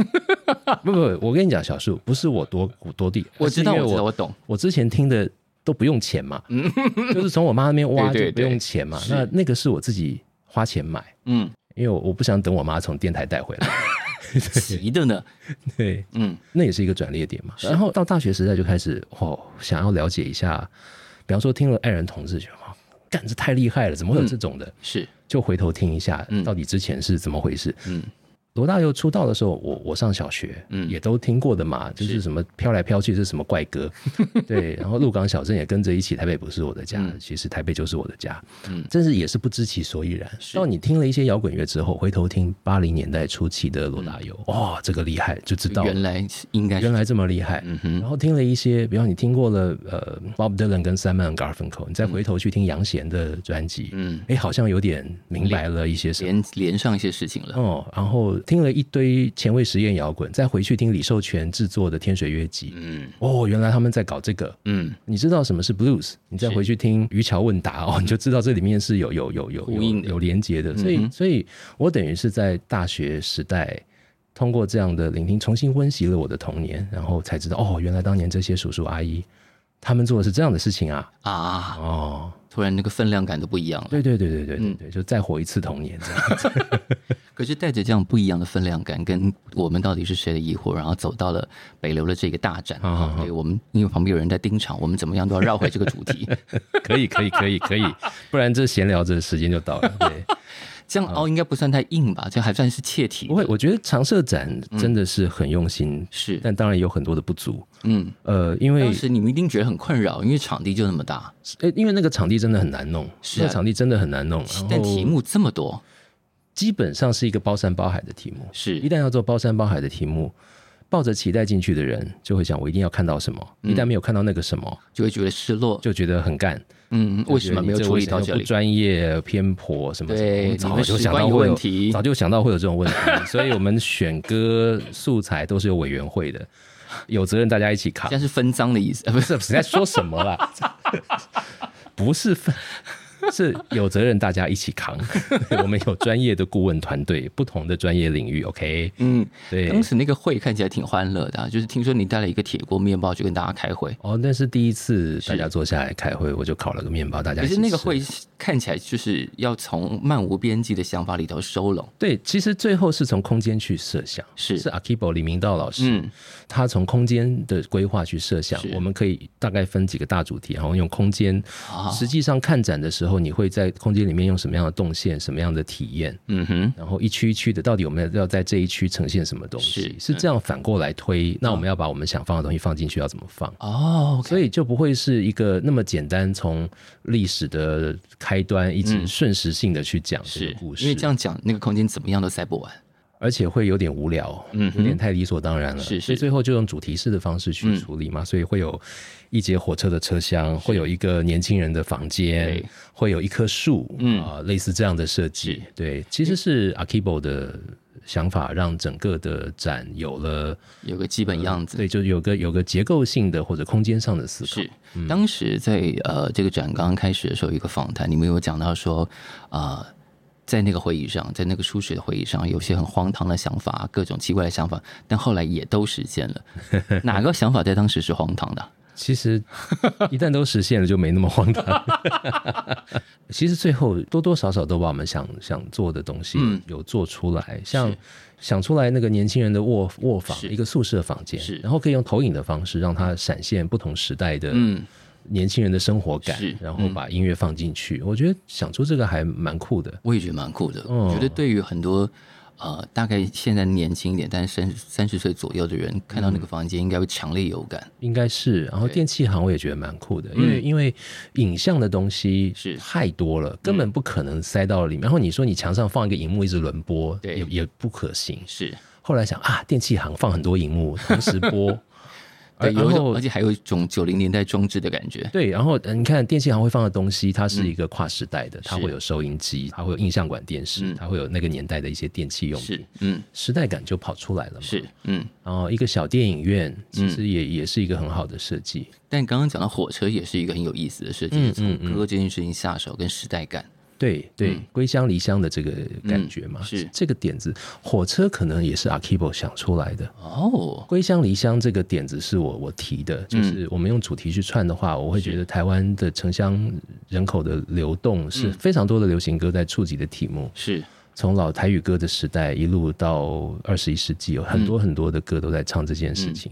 [SPEAKER 2] 不不，不我跟你讲，小树不是我多多地，
[SPEAKER 1] 我知道，
[SPEAKER 2] 而 是
[SPEAKER 1] 我
[SPEAKER 2] 因
[SPEAKER 1] 知
[SPEAKER 2] 为
[SPEAKER 1] 道，
[SPEAKER 2] 我
[SPEAKER 1] 我懂。
[SPEAKER 2] 我之前听的都不用 钱嘛，就是从我妈那边
[SPEAKER 1] 对
[SPEAKER 2] 挖就
[SPEAKER 1] 对
[SPEAKER 2] 不
[SPEAKER 1] 对
[SPEAKER 2] 用钱嘛。
[SPEAKER 1] 是
[SPEAKER 2] 那那个是我自己花钱买，
[SPEAKER 1] 嗯，
[SPEAKER 2] 因为我我不想等我妈从电台带回来。
[SPEAKER 1] 急的呢。
[SPEAKER 2] 对，
[SPEAKER 1] 嗯
[SPEAKER 2] 那也是一个转捩点嘛。然后到大学时代就开始哦，想要了解一下，比方说听了爱人同志，觉得哇，干这太厉害了，怎么会有这种的？
[SPEAKER 1] 是
[SPEAKER 2] 就回头听一下
[SPEAKER 1] 嗯，
[SPEAKER 2] 到底之前是怎么回事？
[SPEAKER 1] 嗯
[SPEAKER 2] 罗大佑出道的时候，我我上小学，
[SPEAKER 1] 嗯
[SPEAKER 2] 也都听过的嘛，就是什么飘来飘去是什么怪 歌，对，然后鹿港小镇也跟着一起，台北不是我的家，
[SPEAKER 1] 嗯
[SPEAKER 2] 其实台北就是我的家，
[SPEAKER 1] 嗯
[SPEAKER 2] 真是也是不知其所以然。
[SPEAKER 1] 是
[SPEAKER 2] 到你听了一些摇滚乐之后，回头听八零年代初期的罗大佑，哇、这个厉害，就知道
[SPEAKER 1] 嗯原来是应该
[SPEAKER 2] 原
[SPEAKER 1] 是
[SPEAKER 2] 来这么厉害，
[SPEAKER 1] 嗯哼
[SPEAKER 2] 然后听了一些，比方你听过了呃 Bob Dylan 跟 Simon and Garfunkel，你再回头去听杨弦的专辑，
[SPEAKER 1] 嗯
[SPEAKER 2] 哎、好像有点明白了一些什么。
[SPEAKER 1] 连连上一些事情了。
[SPEAKER 2] 哦，然后听了一堆前卫实验摇滚，再回去听李寿全制作的《天水乐集》，
[SPEAKER 1] 嗯
[SPEAKER 2] 哦，原来他们在搞这个。
[SPEAKER 1] 嗯，
[SPEAKER 2] 你知道什么是 blues？你再回去听于桥问答哦，你就知道这里面是有有有有
[SPEAKER 1] 呼
[SPEAKER 2] 有
[SPEAKER 1] 应的嗯
[SPEAKER 2] 有连接的。所以，所以我等于是在大学时代。通过这样的聆听，重新温习了我的童年，然后才知道哦，原来当年这些叔叔阿姨他们做的是这样的事情啊！
[SPEAKER 1] 啊，
[SPEAKER 2] 哦，
[SPEAKER 1] 突然那个分量感都不一样了。
[SPEAKER 2] 对对对对对
[SPEAKER 1] 嗯
[SPEAKER 2] 对对，就再活一次童年这样子。
[SPEAKER 1] 可是带着这样不一样的分量感，跟我们到底是谁的疑惑，然后走到了北流的这个大展。啊
[SPEAKER 2] 好好好
[SPEAKER 1] 对，我们因为旁边有人在盯场，我们怎么样都要绕回这个主 题。
[SPEAKER 2] 可以可以可以可以，不然这闲聊这时间就到了。 对。
[SPEAKER 1] 这样凹应该不算太硬吧？这样还算是切题。
[SPEAKER 2] 不会，我觉得常设展
[SPEAKER 1] 嗯
[SPEAKER 2] 真的是很用心，
[SPEAKER 1] 是，
[SPEAKER 2] 但当然有很多的不足。
[SPEAKER 1] 嗯，
[SPEAKER 2] 呃，因为
[SPEAKER 1] 当时你们一定觉得很困扰，因为场地就那么大，
[SPEAKER 2] 呃因为那个场地真的很难弄，
[SPEAKER 1] 是啊
[SPEAKER 2] 那个场地真的很难弄。然
[SPEAKER 1] 但
[SPEAKER 2] 后
[SPEAKER 1] 题目这么多，
[SPEAKER 2] 基本上是一个包山包海的题目，一
[SPEAKER 1] 是
[SPEAKER 2] 旦要做包山包海的题目。抱着期待进去的人就会想，我一定要看到什么。
[SPEAKER 1] 嗯
[SPEAKER 2] 一旦没有看到那个什么，
[SPEAKER 1] 就会觉得失落。
[SPEAKER 2] 就觉得很干。
[SPEAKER 1] 嗯，为什么没有
[SPEAKER 2] 就觉得
[SPEAKER 1] 处
[SPEAKER 2] 你
[SPEAKER 1] 理到
[SPEAKER 2] 为什
[SPEAKER 1] 这
[SPEAKER 2] 么不
[SPEAKER 1] 里？
[SPEAKER 2] 专业、偏颇什么什么？
[SPEAKER 1] 对
[SPEAKER 2] 我们
[SPEAKER 1] 你
[SPEAKER 2] 早
[SPEAKER 1] 们
[SPEAKER 2] 就
[SPEAKER 1] 史
[SPEAKER 2] 想
[SPEAKER 1] 观
[SPEAKER 2] 到
[SPEAKER 1] 有
[SPEAKER 2] 会有
[SPEAKER 1] 问题
[SPEAKER 2] 早就想到会有这种问题，所以我们选歌素材都是有委员会的，有责任大家一起扛
[SPEAKER 1] 现。 在是分赃的意思，呃，不是
[SPEAKER 2] 这你在说什么啦？不是分，是有责任大家一起扛。 我们有专业的顾问团队，不同的专业领域，OK，
[SPEAKER 1] 嗯，
[SPEAKER 2] 对。
[SPEAKER 1] 当时那个会看起来挺欢乐的啊、就是听说你带了一个铁锅面包去跟大家开会，
[SPEAKER 2] 哦，那是第一次大家坐下来开会，我就烤了个面包，大家
[SPEAKER 1] 可
[SPEAKER 2] 一起
[SPEAKER 1] 是那个
[SPEAKER 2] 吃
[SPEAKER 1] 会看起来就是要从漫无边际的想法里头收拢，
[SPEAKER 2] 对，其实最后是从空间去设想，
[SPEAKER 1] 是
[SPEAKER 2] 是 Akibo 李明道老师，
[SPEAKER 1] 嗯
[SPEAKER 2] 他从空间的规划去设想
[SPEAKER 1] 是，
[SPEAKER 2] 我们可以大概分几个大主题，然后用空间。
[SPEAKER 1] 啊，
[SPEAKER 2] 实际上看展的时候，你会在空间里面用什么样的动线、什么样的体验，
[SPEAKER 1] 嗯哼，
[SPEAKER 2] 然后一区一区的，到底我们要在这一区呈现什么东西？
[SPEAKER 1] 是嗯
[SPEAKER 2] 是这样反过来推。那我们要把我们想放的东西放进去，要怎么放？
[SPEAKER 1] 哦，OK，
[SPEAKER 2] 所以就不会是一个那么简单，从历史的开端一直顺时性的去讲这个
[SPEAKER 1] 嗯是
[SPEAKER 2] 故事，
[SPEAKER 1] 因为这样讲，那个空间怎么样都塞不完，
[SPEAKER 2] 而且会有点无聊，
[SPEAKER 1] 嗯哼
[SPEAKER 2] 有点太理所当然了，
[SPEAKER 1] 是是嗯
[SPEAKER 2] 所以最后就用主题式的方式去处理嘛，所以会有一节火车的车厢，会有一个年轻人的房间
[SPEAKER 1] 对，
[SPEAKER 2] 会有一棵树，
[SPEAKER 1] 嗯
[SPEAKER 2] 啊、类似这样的设计
[SPEAKER 1] 是，
[SPEAKER 2] 对，其实是 Akibo 的想法，让整个的展有了，
[SPEAKER 1] 有个基本样子。
[SPEAKER 2] 对，就有个有个结构性的或者空间上的思考，
[SPEAKER 1] 是，当时在呃这个展刚刚开始的时候，有一个访谈，你们有讲到说，啊、在那个会议上，在那个初始的会议上，有些很荒唐的想法，各种奇怪的想法，但后来也都实现 了。哪个想法在当时是荒唐的啊？
[SPEAKER 2] 其实一旦都实现了，就没那么荒唐。 其实最后多多少少都把我们想想做的东西
[SPEAKER 1] 嗯
[SPEAKER 2] 有做出来，像
[SPEAKER 1] 是
[SPEAKER 2] 想出来那个年轻人的卧卧房，
[SPEAKER 1] 是
[SPEAKER 2] 一个宿舍房间
[SPEAKER 1] 是，
[SPEAKER 2] 然后可以用投影的方式让它闪现不同时代的
[SPEAKER 1] 嗯，
[SPEAKER 2] 年轻人的生活感
[SPEAKER 1] 是，
[SPEAKER 2] 然后把音乐放进去。我觉得想出这个还蛮酷的。
[SPEAKER 1] 我也觉得蛮酷的。
[SPEAKER 2] 哦
[SPEAKER 1] 我觉得对于很多呃大概现在年轻一点，但是三三十岁左右的人，看到那个房间应该会强烈有感。
[SPEAKER 2] 应该是，然后电器行我也觉得蛮酷的，因为因为影像的东西
[SPEAKER 1] 嗯是嗯
[SPEAKER 2] 太多了，根本不可能塞到里面。然后你说你墙上放一个荧幕一直轮播，
[SPEAKER 1] 对
[SPEAKER 2] 也也不可行。
[SPEAKER 1] 是，
[SPEAKER 2] 后来想啊，电器行放很多荧幕同时 播，
[SPEAKER 1] 对，
[SPEAKER 2] 然
[SPEAKER 1] 有一
[SPEAKER 2] 后
[SPEAKER 1] 种而且还有一种九零年代装置的感觉。
[SPEAKER 2] 对，然后呃你看电器行会放的东西，它是一个跨时代的，它
[SPEAKER 1] 嗯是
[SPEAKER 2] 会有收音机，它会有印象馆电视，
[SPEAKER 1] 嗯
[SPEAKER 2] 它会有那个年代的一些电器用品
[SPEAKER 1] 是，，嗯，
[SPEAKER 2] 时代感就跑出来了嘛。
[SPEAKER 1] 是，，嗯。
[SPEAKER 2] 然后一个小电影院其实也、也是一个很好的设计。
[SPEAKER 1] 但刚刚讲到火车也是一个很有意思的事情，
[SPEAKER 2] 嗯
[SPEAKER 1] 是从
[SPEAKER 2] 嗯嗯
[SPEAKER 1] 歌这件事情下手跟时代感，
[SPEAKER 2] 对对，归乡离乡的这个感觉嘛，
[SPEAKER 1] 嗯是
[SPEAKER 2] 这个点子，火车可能也是 Akibo 想出来的。
[SPEAKER 1] 哦，
[SPEAKER 2] 归乡离乡这个点子是我我提的，
[SPEAKER 1] 嗯
[SPEAKER 2] 就是我们用主题去串的话，我会觉得台湾的城乡人口的流动是
[SPEAKER 1] 嗯
[SPEAKER 2] 非常多的流行歌在触及的题目，
[SPEAKER 1] 是
[SPEAKER 2] 从老台语歌的时代一路到二十一世纪，有很多很多的歌都在唱这件事
[SPEAKER 1] 嗯
[SPEAKER 2] 情。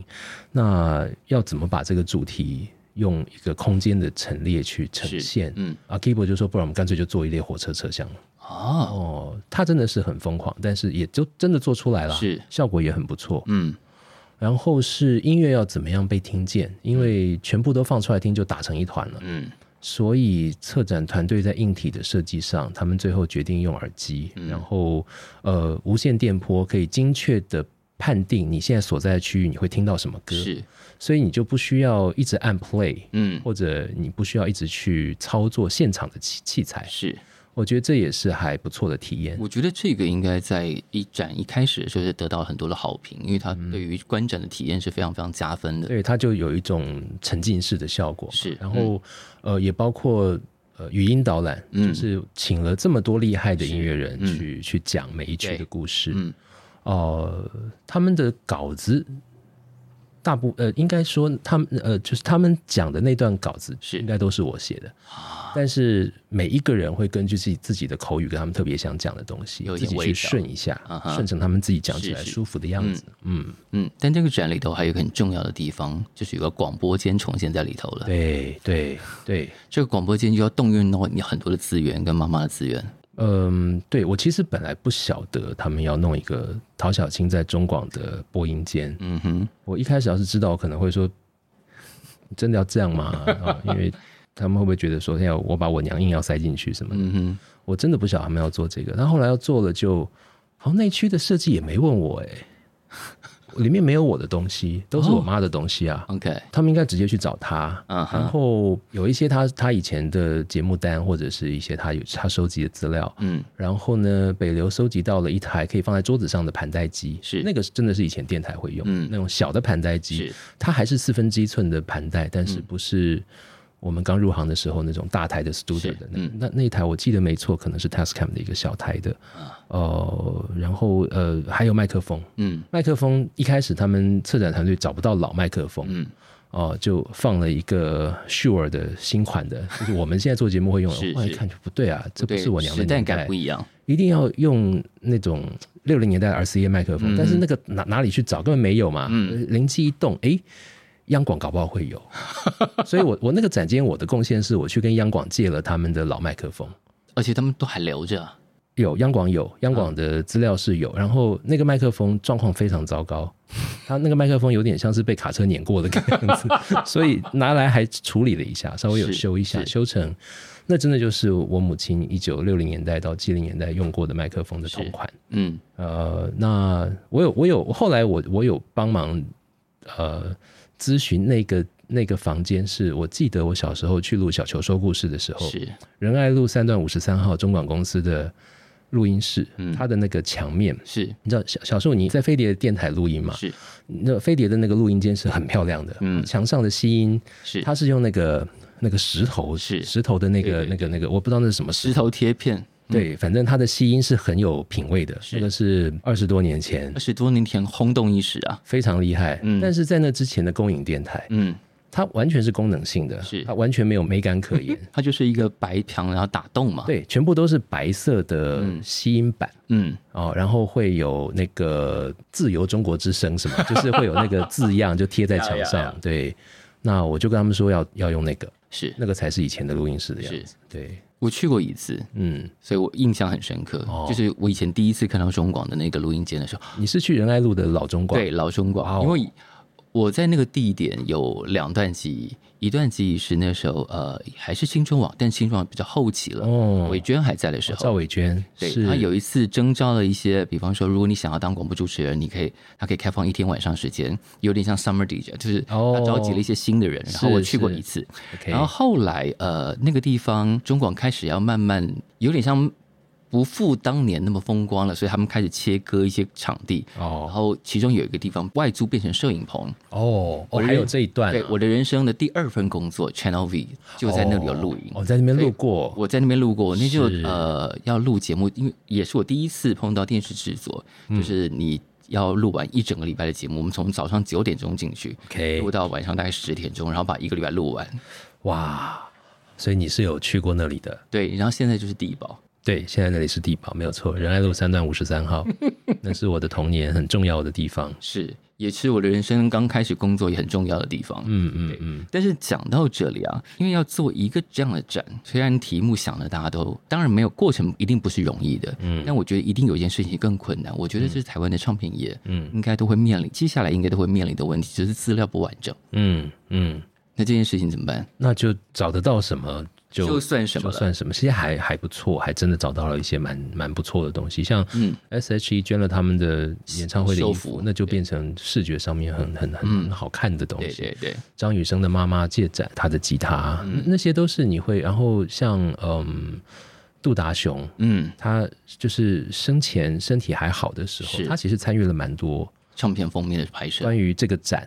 [SPEAKER 2] 那要怎么把这个主题用一个空间的陈列去呈
[SPEAKER 1] 是，
[SPEAKER 2] 现？
[SPEAKER 1] 嗯，
[SPEAKER 2] 啊 k i b o 就说，不然我们干脆就做一列火车车厢。
[SPEAKER 1] 哦，
[SPEAKER 2] 哦，他真的是很疯狂，但是也就真的做出来了，
[SPEAKER 1] 是
[SPEAKER 2] 效果也很不错。
[SPEAKER 1] 嗯，
[SPEAKER 2] 然后是音乐要怎么样被听见，因为全部都放出来听就打成一团了。
[SPEAKER 1] 嗯，
[SPEAKER 2] 所以策展团队在硬体的设计上，他们最后决定用耳机，
[SPEAKER 1] 嗯
[SPEAKER 2] 然后呃无线电波可以精确的判定你现在所在的区域你会听到什么歌，
[SPEAKER 1] 是，
[SPEAKER 2] 所以你就不需要一直按 play，
[SPEAKER 1] 嗯，
[SPEAKER 2] 或者你不需要一直去操作现场的器器材。
[SPEAKER 1] 是，
[SPEAKER 2] 我觉得这也是还不错的体验。
[SPEAKER 1] 我觉得这个应该在一展一开始的时候就得到很多的好评，因为它对于观展的体验是非常非常加分的，
[SPEAKER 2] 对，它就有一种沉浸式的效果嘛。
[SPEAKER 1] 是
[SPEAKER 2] 然后、呃，也包括呃语音导览，
[SPEAKER 1] 嗯
[SPEAKER 2] 就是请了这么多厉害的音乐人去、去讲每一区的
[SPEAKER 1] 对
[SPEAKER 2] 故事。
[SPEAKER 1] 嗯，
[SPEAKER 2] 呃，他们的稿子。大部呃，应该说他们呃，就是他们讲的那段稿子
[SPEAKER 1] 是啊
[SPEAKER 2] 应该都是我写的，但是每一个人会根据自己自己的口语跟他们特别想讲的东西，
[SPEAKER 1] 有一
[SPEAKER 2] 自
[SPEAKER 1] 点
[SPEAKER 2] 己
[SPEAKER 1] 味
[SPEAKER 2] 去
[SPEAKER 1] 道
[SPEAKER 2] 顺一下
[SPEAKER 1] 啊，哈
[SPEAKER 2] 顺成他们自己讲起
[SPEAKER 1] 是
[SPEAKER 2] 来
[SPEAKER 1] 是
[SPEAKER 2] 舒服的样子。嗯，
[SPEAKER 1] 嗯，但这个展里头还有一个很重要的地方，就是有个广播间重现在里头了。
[SPEAKER 2] 对对对，
[SPEAKER 1] 这个广播间就要动用到你很多的资源跟妈妈的资源，
[SPEAKER 2] 嗯，对我其实本来不晓得他们要弄一个陶小青在中广的播音间，
[SPEAKER 1] 嗯哼，
[SPEAKER 2] 我一开始要是知道，我可能会说，真的要这样吗？啊，因为他们会不会觉得说，要我把我娘硬要塞进去什么的？
[SPEAKER 1] 嗯哼，
[SPEAKER 2] 我真的不晓得他们要做这个，但后来要做了就，好像那区的设计也没问我、欸，里面没有我的东西，都是我妈的东西啊。
[SPEAKER 1] OK，
[SPEAKER 2] 他们应该直接去找他。
[SPEAKER 1] 嗯
[SPEAKER 2] 然
[SPEAKER 1] 哼，
[SPEAKER 2] 后有一些他他以前的节目单，或者是一些他有他收集的资料，
[SPEAKER 1] 嗯，
[SPEAKER 2] 然后呢，北流收集到了一台可以放在桌子上的盘带机，
[SPEAKER 1] 是
[SPEAKER 2] 那个是真的是以前电台会用、
[SPEAKER 1] 嗯
[SPEAKER 2] 那种小的盘带机
[SPEAKER 1] 是，嗯
[SPEAKER 2] 它还是四分之一寸的盘带，但是不是我们刚入行的时候那种大台的 Studio 的那、
[SPEAKER 1] 嗯
[SPEAKER 2] 那那一台，我记得没错，可能是 Tascam 的一个小台的，
[SPEAKER 1] 啊
[SPEAKER 2] 哦、然后呃还有麦克风，
[SPEAKER 1] 嗯
[SPEAKER 2] 麦克风一开始他们策展团队找不到老麦克风，
[SPEAKER 1] 嗯，
[SPEAKER 2] 哦、就放了一个 Shure 的新款的，就是我们现在做节目会用的。
[SPEAKER 1] 是
[SPEAKER 2] 我后来
[SPEAKER 1] 是
[SPEAKER 2] 看就不对啊，这不
[SPEAKER 1] 对，
[SPEAKER 2] 是我娘的
[SPEAKER 1] 时代
[SPEAKER 2] 年
[SPEAKER 1] 感
[SPEAKER 2] 代
[SPEAKER 1] 不，一样，
[SPEAKER 2] 一定要用那种六零年代的 RCA 麦克
[SPEAKER 1] 嗯
[SPEAKER 2] 风，但是那个哪哪里去找，根本没有嘛。呃灵机一动，诶，央广搞不好会 有，所以我我那个展间我的贡献是我去跟央广借了他们的老麦克风。
[SPEAKER 1] 而且他们都还留着，
[SPEAKER 2] 有央广有央广的资料是有，然后那个麦克风状况非常 糟糕，它那个麦克风有点像是被卡车碾过的样 子，所以拿来还处理了一下，稍微有
[SPEAKER 1] 是
[SPEAKER 2] 修一下
[SPEAKER 1] 是
[SPEAKER 2] 修成，那真的就是我母亲一九六零年代到七零年代用过的麦克风的同款。
[SPEAKER 1] 嗯
[SPEAKER 2] 呃，那我有我有后来我我有帮忙呃咨询那个那个房间是，我记得我小时候去录小球说故事的时候，
[SPEAKER 1] 是，
[SPEAKER 2] 仁爱路三段五十三号中广公司的录音室，
[SPEAKER 1] 嗯
[SPEAKER 2] 它的那个墙面。
[SPEAKER 1] 是
[SPEAKER 2] 你知道小小时候你在飞碟的电台录音嘛？
[SPEAKER 1] 是
[SPEAKER 2] 那飞碟的那个录音间是很漂亮的，
[SPEAKER 1] 嗯
[SPEAKER 2] 墙上的吸音，
[SPEAKER 1] 是，
[SPEAKER 2] 它是用那个那个石头，
[SPEAKER 1] 是
[SPEAKER 2] 石头的那
[SPEAKER 1] 对
[SPEAKER 2] 个
[SPEAKER 1] 对
[SPEAKER 2] 那个那个，我不知道那是什么石
[SPEAKER 1] 石头贴片，
[SPEAKER 2] 对，反正他的吸音是很有品味的，
[SPEAKER 1] 是
[SPEAKER 2] 这个是二十多年前
[SPEAKER 1] 二十多年前轰动一时啊，
[SPEAKER 2] 非常厉害。
[SPEAKER 1] 嗯
[SPEAKER 2] 但是在那之前的公影电台，
[SPEAKER 1] 嗯，
[SPEAKER 2] 它完全是功能性的，
[SPEAKER 1] 是
[SPEAKER 2] 它完全没有美感 可言。
[SPEAKER 1] 它就是一个白墙然后打洞嘛，，
[SPEAKER 2] 对，全部都是白色的吸音板。
[SPEAKER 1] 嗯
[SPEAKER 2] 哦，然后会有那个“自由中国之声” 什么，就是会有那个字样就贴在墙
[SPEAKER 1] 呀呀呀
[SPEAKER 2] 上。对，那我就跟他们说要要用那个，
[SPEAKER 1] 是
[SPEAKER 2] 那个才是以前的录音室的样
[SPEAKER 1] 是
[SPEAKER 2] 子。，对，
[SPEAKER 1] 我去过一次，
[SPEAKER 2] 嗯，
[SPEAKER 1] 所以我印象很深刻，
[SPEAKER 2] 哦
[SPEAKER 1] 就是我以前第一次看到中广的那个录音间的时候，
[SPEAKER 2] 你是去仁爱路的老中广？
[SPEAKER 1] 对老中
[SPEAKER 2] 哇
[SPEAKER 1] 广，
[SPEAKER 2] 哦
[SPEAKER 1] 因为我在那个地点有两段记忆，一段记忆是那时候呃还是新中网，但新中网比较后期了，
[SPEAKER 2] 哦
[SPEAKER 1] 伟娟还在的时
[SPEAKER 2] 赵
[SPEAKER 1] 候。
[SPEAKER 2] 伟娟
[SPEAKER 1] 对啊
[SPEAKER 2] 是
[SPEAKER 1] 他有一次征招了一些，比方说，如果你想要当广播主持人，你可以，他可以开放一天晚上时间，有点像 summer DJ，就是
[SPEAKER 2] 哦
[SPEAKER 1] 他召集了一些新的人，然后
[SPEAKER 2] 是
[SPEAKER 1] 我去过
[SPEAKER 2] 是
[SPEAKER 1] 一次，
[SPEAKER 2] 哦 OK，
[SPEAKER 1] 然后后来呃，那个地方中广开始要慢慢有点像不复当年那么风光了，所以他们开始切割一些场地。然
[SPEAKER 2] 哦
[SPEAKER 1] 后其中有一个地方外租变成摄影棚，
[SPEAKER 2] 哦哦，
[SPEAKER 1] 我
[SPEAKER 2] 还有
[SPEAKER 1] 认
[SPEAKER 2] 这一段啊、
[SPEAKER 1] 对我的人生的第二份工作 Channel V 就在那里有录影
[SPEAKER 2] 我、。哦在那边
[SPEAKER 1] 所以
[SPEAKER 2] 录过，
[SPEAKER 1] 我在那边录过，我那就是呃要录节目，因为也是我第一次碰到电视制作，就是你要录完一整个礼拜的节目，我们从早上九点钟进去
[SPEAKER 2] OK
[SPEAKER 1] 录到晚上大概十点钟，然后把一个礼拜录完。
[SPEAKER 2] 哇，所以你是有去过那里的。
[SPEAKER 1] 对，然后现在就是地保，
[SPEAKER 2] 对，现在那里是地堡，没有错，仁爱路三段五十 三号，那是我的童年很重要的地方。
[SPEAKER 1] 是，也是我的人生刚开始工作也很重要的地方。
[SPEAKER 2] 嗯嗯嗯，
[SPEAKER 1] 但是讲到这里啊，因为要做一个这样的展，虽然题目想的大家都，当然没有过程一定不是容易的，嗯，但我觉得一定有一件事情更困难。我觉得这是台湾的唱片业，
[SPEAKER 2] 嗯
[SPEAKER 1] 嗯，应该都会面临，接下来应该都会面临的问题，就是资料不完整。
[SPEAKER 2] 嗯嗯，
[SPEAKER 1] 那这件事情怎么办？
[SPEAKER 2] 那就找得到什么就
[SPEAKER 1] 就算什么
[SPEAKER 2] 就
[SPEAKER 1] 了？
[SPEAKER 2] 算什么，现在还还不错，还真的找到了一些蛮蛮不错的东西，像 S.H.E 捐了他们的演唱会的衣
[SPEAKER 1] 寿
[SPEAKER 2] 服
[SPEAKER 1] 嗯服，嗯
[SPEAKER 2] 那就变成视觉上面很很很很好看的东
[SPEAKER 1] 对
[SPEAKER 2] 西。
[SPEAKER 1] 对对，
[SPEAKER 2] 张雨生的妈妈借展，他的吉他，
[SPEAKER 1] 嗯
[SPEAKER 2] 那些都是你会。然后像嗯，杜达雄，
[SPEAKER 1] 嗯，
[SPEAKER 2] 他就是生前身体还好的时候，
[SPEAKER 1] 是
[SPEAKER 2] 他其实参与了蛮多
[SPEAKER 1] 唱片封面的拍摄
[SPEAKER 2] 关于这个展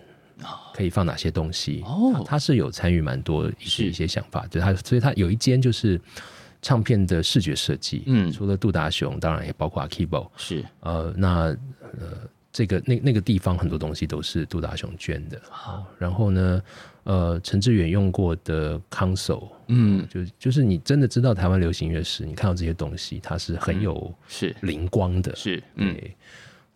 [SPEAKER 2] 可以放哪些东西。他
[SPEAKER 1] 哦，
[SPEAKER 2] 他是有参与蛮多一些
[SPEAKER 1] 是
[SPEAKER 2] 一些想法，就他，所以他有一间就是唱片的视觉设计，
[SPEAKER 1] 嗯
[SPEAKER 2] 除了杜达雄，当然也包括 a k i b o
[SPEAKER 1] 是
[SPEAKER 2] 呃，那呃，这个那那个地方很多东西都是杜达雄捐的。
[SPEAKER 1] 啊
[SPEAKER 2] 哦然后呢，呃，陈志远用过的 console，
[SPEAKER 1] 嗯
[SPEAKER 2] 就就是你真的知道台湾流行乐史，你看到这些东西，它是
[SPEAKER 1] 嗯
[SPEAKER 2] 很有
[SPEAKER 1] 是
[SPEAKER 2] 灵光的。
[SPEAKER 1] 是嗯
[SPEAKER 2] 对，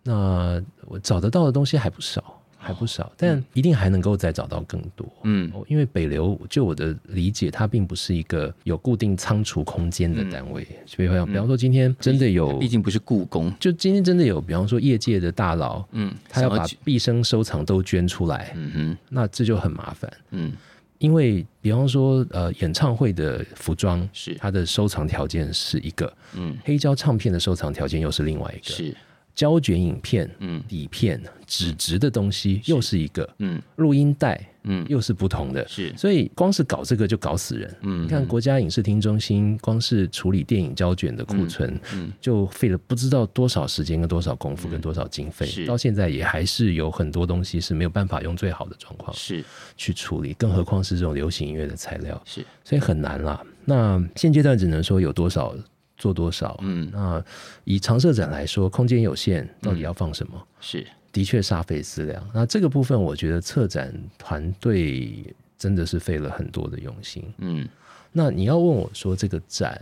[SPEAKER 2] 那我找得到的东西还不
[SPEAKER 1] 哦
[SPEAKER 2] 少，还不少，但一定还能够再找到更多。
[SPEAKER 1] 嗯
[SPEAKER 2] 哦，因为北流，就我的理解，它并不是一个有固定仓储空间的单位。所以，比方说今天真的有
[SPEAKER 1] 嗯毕，竟不是故宫，
[SPEAKER 2] 就今天真的有，比方说业界的大佬，
[SPEAKER 1] 嗯，
[SPEAKER 2] 他要
[SPEAKER 1] 想
[SPEAKER 2] 把
[SPEAKER 1] 去
[SPEAKER 2] 毕生收藏都捐出来，
[SPEAKER 1] 嗯哼
[SPEAKER 2] 那这就很麻烦。
[SPEAKER 1] 嗯
[SPEAKER 2] 因为比方说，呃，演唱会的服装
[SPEAKER 1] 是
[SPEAKER 2] 它的收藏条件是一个，
[SPEAKER 1] 嗯
[SPEAKER 2] 黑胶唱片的收藏条件又是另外一个，
[SPEAKER 1] 是
[SPEAKER 2] 胶卷影片、
[SPEAKER 1] 嗯
[SPEAKER 2] 底片、纸质的东西又是一个，
[SPEAKER 1] 嗯
[SPEAKER 2] 录音带嗯，又是不同的。
[SPEAKER 1] 是
[SPEAKER 2] 所以光是搞这个就搞死人。
[SPEAKER 1] 嗯
[SPEAKER 2] 你看国家影视厅中心，光是处理电影胶卷的库存，
[SPEAKER 1] 嗯
[SPEAKER 2] 就费了不知道多少时间、跟多少功夫、跟多少经费，
[SPEAKER 1] 是
[SPEAKER 2] 到现在也还是有很多东西是没有办法用最好的状况
[SPEAKER 1] 是
[SPEAKER 2] 去处理，更何况是这种流行音乐的材料，
[SPEAKER 1] 是，
[SPEAKER 2] 所以很难啦。那现阶段只能说有多少做多少。
[SPEAKER 1] 嗯
[SPEAKER 2] 那以常设展来说，空间有限，到底要放什么？
[SPEAKER 1] 是
[SPEAKER 2] 的确煞费思量。那这个部分，我觉得策展团队真的是费了很多的用心。
[SPEAKER 1] 嗯
[SPEAKER 2] 那你要问我说这个展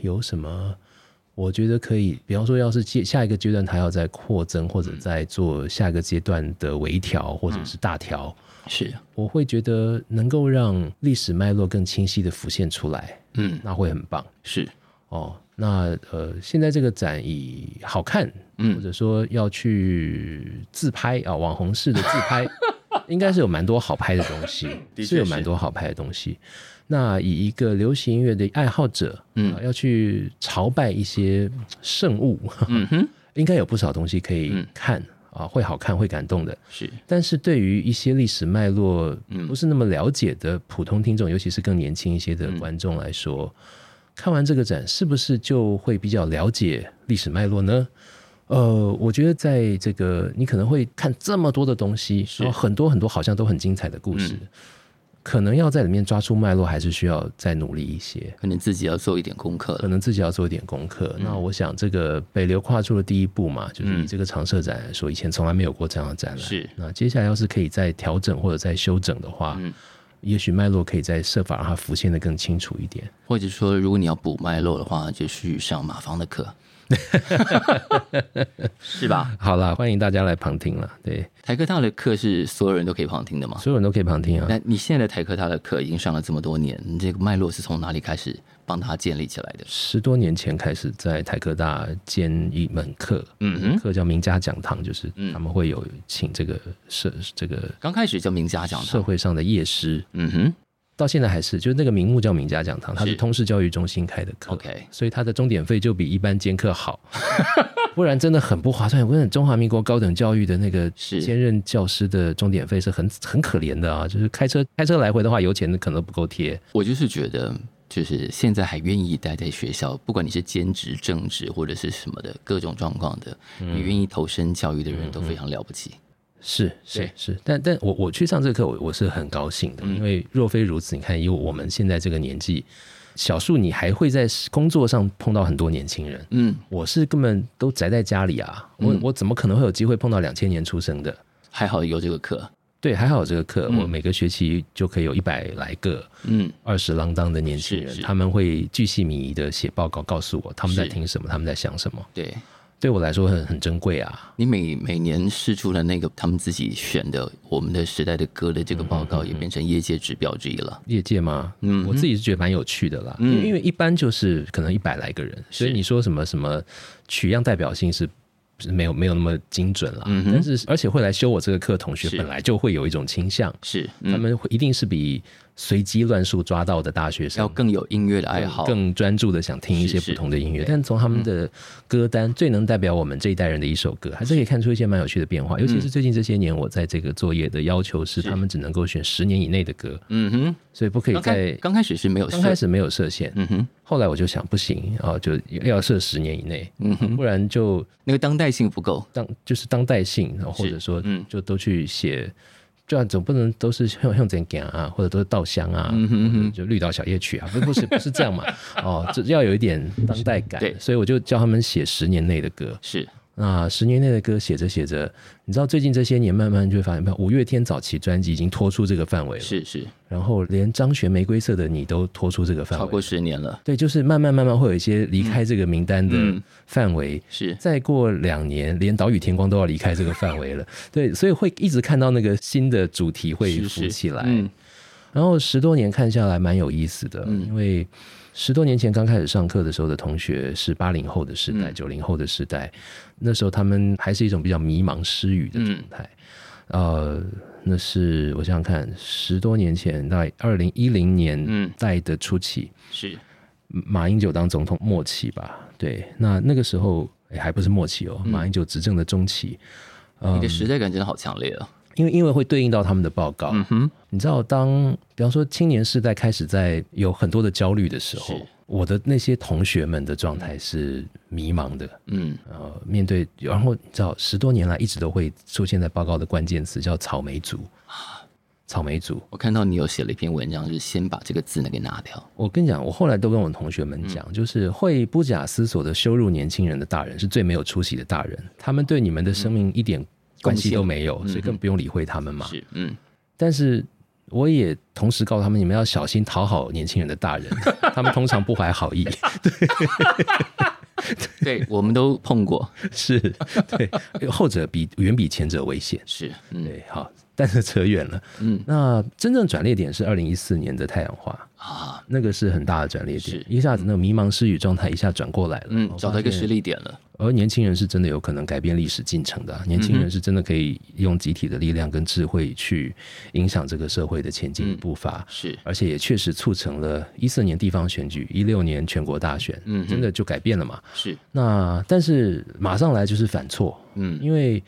[SPEAKER 2] 有什么？我觉得可以，比方说，要是接下一个阶段，它要再扩增，或者
[SPEAKER 1] 嗯
[SPEAKER 2] 再做下一个阶段的微调，或者是大调，
[SPEAKER 1] 是
[SPEAKER 2] 我会觉得能够让历史脉络更清晰的浮现出来，
[SPEAKER 1] 嗯
[SPEAKER 2] 那会很棒
[SPEAKER 1] 是
[SPEAKER 2] 哦。那呃，现在这个展以好看，或
[SPEAKER 1] 嗯
[SPEAKER 2] 者说要去自拍啊，网红式的自 拍，应该是有蛮多好拍的东西，
[SPEAKER 1] 的确
[SPEAKER 2] 是有
[SPEAKER 1] 是
[SPEAKER 2] 蛮多好拍的东西。那以一个流行音乐的爱好者，
[SPEAKER 1] 嗯
[SPEAKER 2] 啊要去朝拜一些圣物，
[SPEAKER 1] 嗯哼
[SPEAKER 2] 应该有不少东西可以
[SPEAKER 1] 嗯
[SPEAKER 2] 看、啊，会好看，会感动的。
[SPEAKER 1] 是
[SPEAKER 2] 但是对于一些历史脉络
[SPEAKER 1] 嗯
[SPEAKER 2] 不是那么了解的普通听众，尤其是更年轻一些的观众来说，看完这个展是不是就会比较了解历史脉络呢？呃，我觉得在这个你可能会看这么多的东西，
[SPEAKER 1] 是
[SPEAKER 2] 然后很多很多好像都很精彩的故事，
[SPEAKER 1] 嗯
[SPEAKER 2] 可能要在里面抓出脉络，还是需要再努力一些。
[SPEAKER 1] 可能自己要做一点功课
[SPEAKER 2] 可
[SPEAKER 1] 了。
[SPEAKER 2] 能自己要做一点功课。
[SPEAKER 1] 嗯
[SPEAKER 2] 那我想，这个北流跨出了第一步嘛，就是以这个常设展来说，以前从来没有过这样的展览。
[SPEAKER 1] 是
[SPEAKER 2] 那接下来要是可以再调整或者再修整的话，
[SPEAKER 1] 嗯
[SPEAKER 2] 也许脉络可以再设法让它浮现的更清楚一点。
[SPEAKER 1] 或者说，如果你要补脉络的话，就去上马芳的课， 是吧？
[SPEAKER 2] 好啦，欢迎大家来旁听啦，对，
[SPEAKER 1] 台科大的课是所有人都可以旁听的嘛？
[SPEAKER 2] 所有人都可以旁听啊。
[SPEAKER 1] 那你现在的台科大的课已经上了这么多年，你这个脉络是从哪里开始帮他建立起来的？
[SPEAKER 2] 十多年前开始在台科大兼一门课，
[SPEAKER 1] 嗯
[SPEAKER 2] 一门
[SPEAKER 1] 哼，
[SPEAKER 2] 课叫名家讲堂，就是
[SPEAKER 1] 嗯
[SPEAKER 2] 他们会有请这个社这个
[SPEAKER 1] 刚开始叫名家讲
[SPEAKER 2] 社
[SPEAKER 1] 堂，
[SPEAKER 2] 会上的业师，
[SPEAKER 1] 嗯哼
[SPEAKER 2] 到现在还是，就是那个名目叫名家讲堂，它是
[SPEAKER 1] 是
[SPEAKER 2] 通识教育中心开的课
[SPEAKER 1] ，OK，
[SPEAKER 2] 所以它的钟点费就比一般兼课好， 不然真的很不划算。我跟你讲，中华民国高等教育的那个
[SPEAKER 1] 是
[SPEAKER 2] 兼任教师的钟点费是很很可怜的啊，就是开车开车来回的话，油钱可能不够贴。
[SPEAKER 1] 我就是觉得，就是现在还愿意待在学校，不管你是兼职、正职或者是什么的各种状况的，你愿意投身教育的人都非常了不起。
[SPEAKER 2] 是是
[SPEAKER 1] 对
[SPEAKER 2] 是，但但我我去上这个课，我我是很高兴的，因为若非如此，你看以我们现在这个年纪，小数你还会在工作上碰到很多年轻人。
[SPEAKER 1] 嗯，
[SPEAKER 2] 我是根本都宅在家里啊，我我怎么可能会有机会碰到两千年出生的？
[SPEAKER 1] 还好有这个课。
[SPEAKER 2] 对，还好有这个课，我每个学期就可以有一百来个
[SPEAKER 1] 嗯，
[SPEAKER 2] 二十郎当的年轻人
[SPEAKER 1] 是，是
[SPEAKER 2] 他们会巨细靡遗的写报告，告诉我他们在
[SPEAKER 1] 是
[SPEAKER 2] 听什么，他们在想什么。
[SPEAKER 1] 对
[SPEAKER 2] 对我来说很很珍贵啊，
[SPEAKER 1] 你每每年试出了那个他们自己选的我们的时代的歌的这个报告，也变成业界指标之一了。
[SPEAKER 2] 业界吗？嗯，我自己是觉得蛮有趣的
[SPEAKER 1] 嗯
[SPEAKER 2] 啦，因为因为一般就是可能一百来个人，所以你说什么什么取样代表性是。是没有没有那么精准啦，但是而且会来修我这个课的同学
[SPEAKER 1] 嗯是
[SPEAKER 2] 本来就会有一种倾向，
[SPEAKER 1] 是，
[SPEAKER 2] 他
[SPEAKER 1] 嗯，
[SPEAKER 2] 们会一定是比随机乱数抓到的大学生
[SPEAKER 1] 要更有音乐的爱好。
[SPEAKER 2] 更专注的想听一些
[SPEAKER 1] 是
[SPEAKER 2] 不
[SPEAKER 1] 是
[SPEAKER 2] 同的音乐，但从他们的歌单最能代表我们这一代人的一首歌，还是可以看出一些蛮有趣的变
[SPEAKER 1] 嗯
[SPEAKER 2] 化。尤其是最近这些年，我在这个作业的要求是，他们只能够选十年以内的歌，
[SPEAKER 1] 嗯哼，
[SPEAKER 2] 所以不可以
[SPEAKER 1] 刚开
[SPEAKER 2] 在
[SPEAKER 1] 刚开始是没有
[SPEAKER 2] 刚开
[SPEAKER 1] 设，
[SPEAKER 2] 始没有设限。
[SPEAKER 1] 嗯哼，
[SPEAKER 2] 后来我就想，不行啊，就要设十年以内，
[SPEAKER 1] 嗯
[SPEAKER 2] 不然就
[SPEAKER 1] 那个当代性不够。
[SPEAKER 2] 当就是当代性，然后或者说
[SPEAKER 1] 嗯
[SPEAKER 2] 就都去写。这样总不能都是像像怎样啊，或者都是稻香啊，
[SPEAKER 1] 嗯
[SPEAKER 2] 或者就绿岛小夜曲啊，不不是不是这样嘛？哦，这要有一点当代感，
[SPEAKER 1] 对
[SPEAKER 2] 所以我就叫他们写十年内的歌。
[SPEAKER 1] 是，
[SPEAKER 2] 那十年内的歌写着写着，你知道最近这些年慢慢就会发现，五月天早期专辑已经脱出这个范围了，
[SPEAKER 1] 是是，
[SPEAKER 2] 然后连张悬《玫瑰色的你》都脱出这个范
[SPEAKER 1] 超
[SPEAKER 2] 围
[SPEAKER 1] 过，十年了。
[SPEAKER 2] 对，就是慢慢慢慢会有一些离开这个名单的
[SPEAKER 1] 嗯
[SPEAKER 2] 范围，
[SPEAKER 1] 是，
[SPEAKER 2] 再过两年，连岛屿天光都要离开这个范围了。 对，所以会一直看到那个新的主题会
[SPEAKER 1] 是
[SPEAKER 2] 浮
[SPEAKER 1] 是
[SPEAKER 2] 起来。
[SPEAKER 1] 嗯
[SPEAKER 2] 然后十多年看下来，蛮有意思的，因为十多年前刚开始上课的时候的同学是八零后的时代、
[SPEAKER 1] 嗯
[SPEAKER 2] 九零、后的时代，那时候他们还是一种比较迷茫失语
[SPEAKER 1] 嗯
[SPEAKER 2] 的状态。呃，那是我想想看，十多年前，大概二零一零年
[SPEAKER 1] 嗯
[SPEAKER 2] 代的初期，
[SPEAKER 1] 是，
[SPEAKER 2] 马英九当总统末期吧，对，那那个时哎
[SPEAKER 1] 嗯
[SPEAKER 2] 候、诶还不是末期哦，马英九执政的中期，
[SPEAKER 1] 你的时代感真的好强烈啊！
[SPEAKER 2] 因为因为会对应到他们的报告。
[SPEAKER 1] 嗯哼，
[SPEAKER 2] 你知道当，比方说青年时代开始在有很多的焦虑的时候
[SPEAKER 1] 是，
[SPEAKER 2] 我的那些同学们的状态是迷茫的。
[SPEAKER 1] 嗯，
[SPEAKER 2] 呃，面对，然后你知道，十多年来一直都会出现在报告的关键词叫草莓族
[SPEAKER 1] 啊
[SPEAKER 2] 草莓族。
[SPEAKER 1] 我看到你有写了一篇文章，就是先把这个字呢给拿掉。
[SPEAKER 2] 我跟你讲，我后来都跟我同学
[SPEAKER 1] 嗯
[SPEAKER 2] 们讲，就是会不假思索的羞辱年轻人的大人是最没有出息的大人，他们对你们的生命一点关系都没有，
[SPEAKER 1] 嗯贡献嗯
[SPEAKER 2] 所以更不用理会他们嘛。
[SPEAKER 1] 是，嗯，
[SPEAKER 2] 但是我也同时告诉他们，你们要小心讨好年轻人 的大人，他们通常不怀好意。
[SPEAKER 1] 对，我们都碰过，
[SPEAKER 2] 是，对，后者比远比前者危险。
[SPEAKER 1] 是，嗯
[SPEAKER 2] 对，好，但是扯远了。
[SPEAKER 1] 嗯
[SPEAKER 2] 那真正转捩点是二零一四年的太阳花，
[SPEAKER 1] 啊，
[SPEAKER 2] 那个是很大的转捩点
[SPEAKER 1] 是，
[SPEAKER 2] 一下子那个迷茫失语状态一下转过来了，
[SPEAKER 1] 嗯，找到一个实
[SPEAKER 2] 力。
[SPEAKER 1] 力点了，
[SPEAKER 2] 而年轻人是真的有可能改变历史进程
[SPEAKER 1] 嗯
[SPEAKER 2] 的啊、年轻人是真的可以用集体的力量跟智慧去影响这个社会的前进的步伐。
[SPEAKER 1] 是，
[SPEAKER 2] 而且也确实促成了一四年地方选举、一六年全国大选，
[SPEAKER 1] 嗯哼
[SPEAKER 2] 真的就改变了嘛？
[SPEAKER 1] 是，
[SPEAKER 2] 那但是马上来就是反错，
[SPEAKER 1] 嗯，
[SPEAKER 2] 因为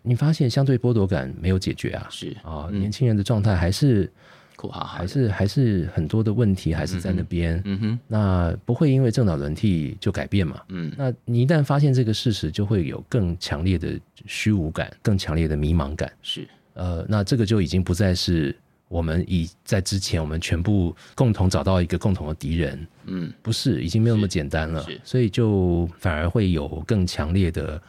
[SPEAKER 2] 你发现相对剥夺感没有解决啊，
[SPEAKER 1] 是，
[SPEAKER 2] 啊，年轻人的状态还是
[SPEAKER 1] 苦哈哈
[SPEAKER 2] 还，是还是很多的问题还是在那边，
[SPEAKER 1] 嗯哼，
[SPEAKER 2] 那不会因为政党轮替就改变嘛？
[SPEAKER 1] 嗯，
[SPEAKER 2] 那你一旦发现这个事实，就会有更强烈的虚无感，更强烈的迷茫感。
[SPEAKER 1] 是，
[SPEAKER 2] 呃，那这个就已经不再是我们以在之前我们全部共同找到一个共同的敌人，
[SPEAKER 1] 嗯，
[SPEAKER 2] 不是，已经没有那么简单了
[SPEAKER 1] 是是，
[SPEAKER 2] 所以就反而会有更强烈的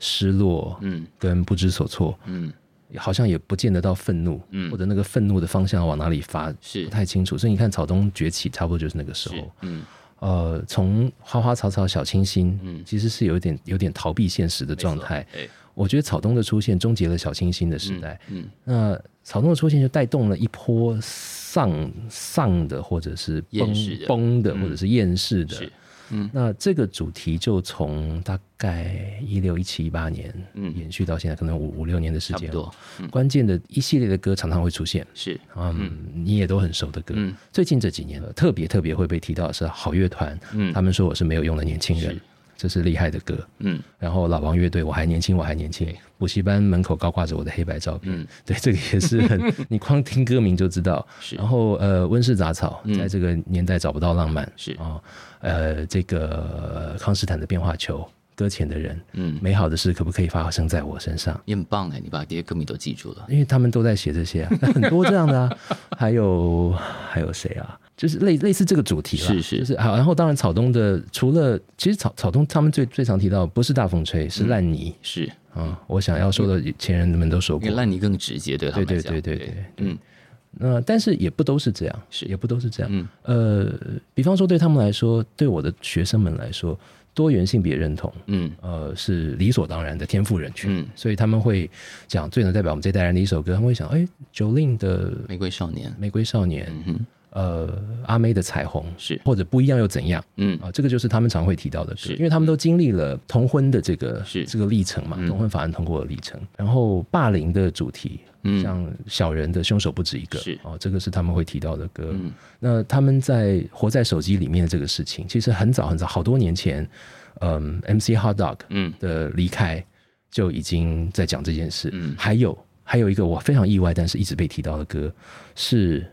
[SPEAKER 2] 失落
[SPEAKER 1] 嗯，
[SPEAKER 2] 跟不知所措，
[SPEAKER 1] 嗯，
[SPEAKER 2] 好像也不见得到愤怒，
[SPEAKER 1] 嗯
[SPEAKER 2] 或者那个愤怒的方向往哪里发
[SPEAKER 1] 是
[SPEAKER 2] 不，太清楚。所以你看草东崛起，差不多就是那个时
[SPEAKER 1] 是
[SPEAKER 2] 候。，
[SPEAKER 1] 嗯，
[SPEAKER 2] 呃，从花花草草小清新，
[SPEAKER 1] 嗯
[SPEAKER 2] 其实是有一点有点逃避现实的
[SPEAKER 1] 没
[SPEAKER 2] 状
[SPEAKER 1] 错
[SPEAKER 2] 态。，
[SPEAKER 1] 哎，
[SPEAKER 2] 我觉得草东的出现终结了小清新的时代。
[SPEAKER 1] 嗯，
[SPEAKER 2] 那草东的出现就带动了一波丧丧的，或者是崩
[SPEAKER 1] 厌世的嗯
[SPEAKER 2] 崩的，或者是厌世的。
[SPEAKER 1] 是嗯
[SPEAKER 2] 那这个主题就从大概一六一七一八年，
[SPEAKER 1] 嗯
[SPEAKER 2] 延续到现在，可能五五六年的时
[SPEAKER 1] 差
[SPEAKER 2] 间。
[SPEAKER 1] 不多，嗯
[SPEAKER 2] 关键的一系列的歌常常会出现，
[SPEAKER 1] 是，
[SPEAKER 2] 嗯，你也都很熟的歌。
[SPEAKER 1] 嗯
[SPEAKER 2] 最近这几年，呃特别特别会被提到的是好乐团，
[SPEAKER 1] 嗯
[SPEAKER 2] 他们说我是没有用的年轻人
[SPEAKER 1] 是，
[SPEAKER 2] 这是厉害的歌。
[SPEAKER 1] 嗯，
[SPEAKER 2] 然后老王乐队，我还年轻，我还年轻。补习班门口高挂着我的黑白照片，
[SPEAKER 1] 嗯
[SPEAKER 2] 对，这个也是 很，你光听歌名就知道。
[SPEAKER 1] 是
[SPEAKER 2] 然后呃，温室杂草，
[SPEAKER 1] 嗯
[SPEAKER 2] 在这个年代找不到浪漫，
[SPEAKER 1] 是
[SPEAKER 2] 哦，呃，这个康斯坦的变化球，搁浅的人，
[SPEAKER 1] 嗯，
[SPEAKER 2] 美好的事可不可以发生在我身上？
[SPEAKER 1] 你很棒哎，你把这些歌名都记住了，
[SPEAKER 2] 因为他们都在写这些、啊， 很多这样的啊，还有还有谁啊？就是类类似这个主题啦，
[SPEAKER 1] 是是
[SPEAKER 2] 就是好。然后当然草东的除了其实草草东他们最最常提到的不是大风吹，
[SPEAKER 1] 嗯
[SPEAKER 2] 是烂泥
[SPEAKER 1] 是，
[SPEAKER 2] 啊、我想要说的前人们都说
[SPEAKER 1] 因为
[SPEAKER 2] 过，
[SPEAKER 1] 嗯烂泥更直接，对他
[SPEAKER 2] 对
[SPEAKER 1] 们来
[SPEAKER 2] 对
[SPEAKER 1] 讲，
[SPEAKER 2] 对对对。
[SPEAKER 1] 嗯
[SPEAKER 2] 那但是也不都是这样，
[SPEAKER 1] 是
[SPEAKER 2] 也不都是这样。
[SPEAKER 1] 嗯
[SPEAKER 2] 呃，比方说对他们来说，对我的学生们来说，多元性别认同，
[SPEAKER 1] 嗯
[SPEAKER 2] 呃，是理所当然的天赋人群。
[SPEAKER 1] 嗯，
[SPEAKER 2] 所以他们会讲最能代表我们这代人的一首歌，他们会想，哎，Jolin 的
[SPEAKER 1] 玫瑰少年，
[SPEAKER 2] 《玫瑰少年》
[SPEAKER 1] 嗯哼，
[SPEAKER 2] 呃，阿妹的《彩虹》
[SPEAKER 1] 嗯是，
[SPEAKER 2] 或者不一样又怎样
[SPEAKER 1] 嗯
[SPEAKER 2] 啊、这个就是他们常会提到的歌，
[SPEAKER 1] 是
[SPEAKER 2] 因为他们都经历了同婚的这个
[SPEAKER 1] 是嗯
[SPEAKER 2] 这个历程嘛，同婚法案通过的历程，然后霸凌的主题，
[SPEAKER 1] 嗯
[SPEAKER 2] 像小人的凶手不止一个，
[SPEAKER 1] 是
[SPEAKER 2] 哦，这个是他们会提到的歌。
[SPEAKER 1] 嗯
[SPEAKER 2] 那他们在活在手机里面的这个事情，其实很早很早，好多年前，嗯，MC Hot Dog
[SPEAKER 1] 嗯
[SPEAKER 2] 的离开就已经在讲这件事。
[SPEAKER 1] 嗯
[SPEAKER 2] 还有还有一个我非常意外，但是一直被提到的歌是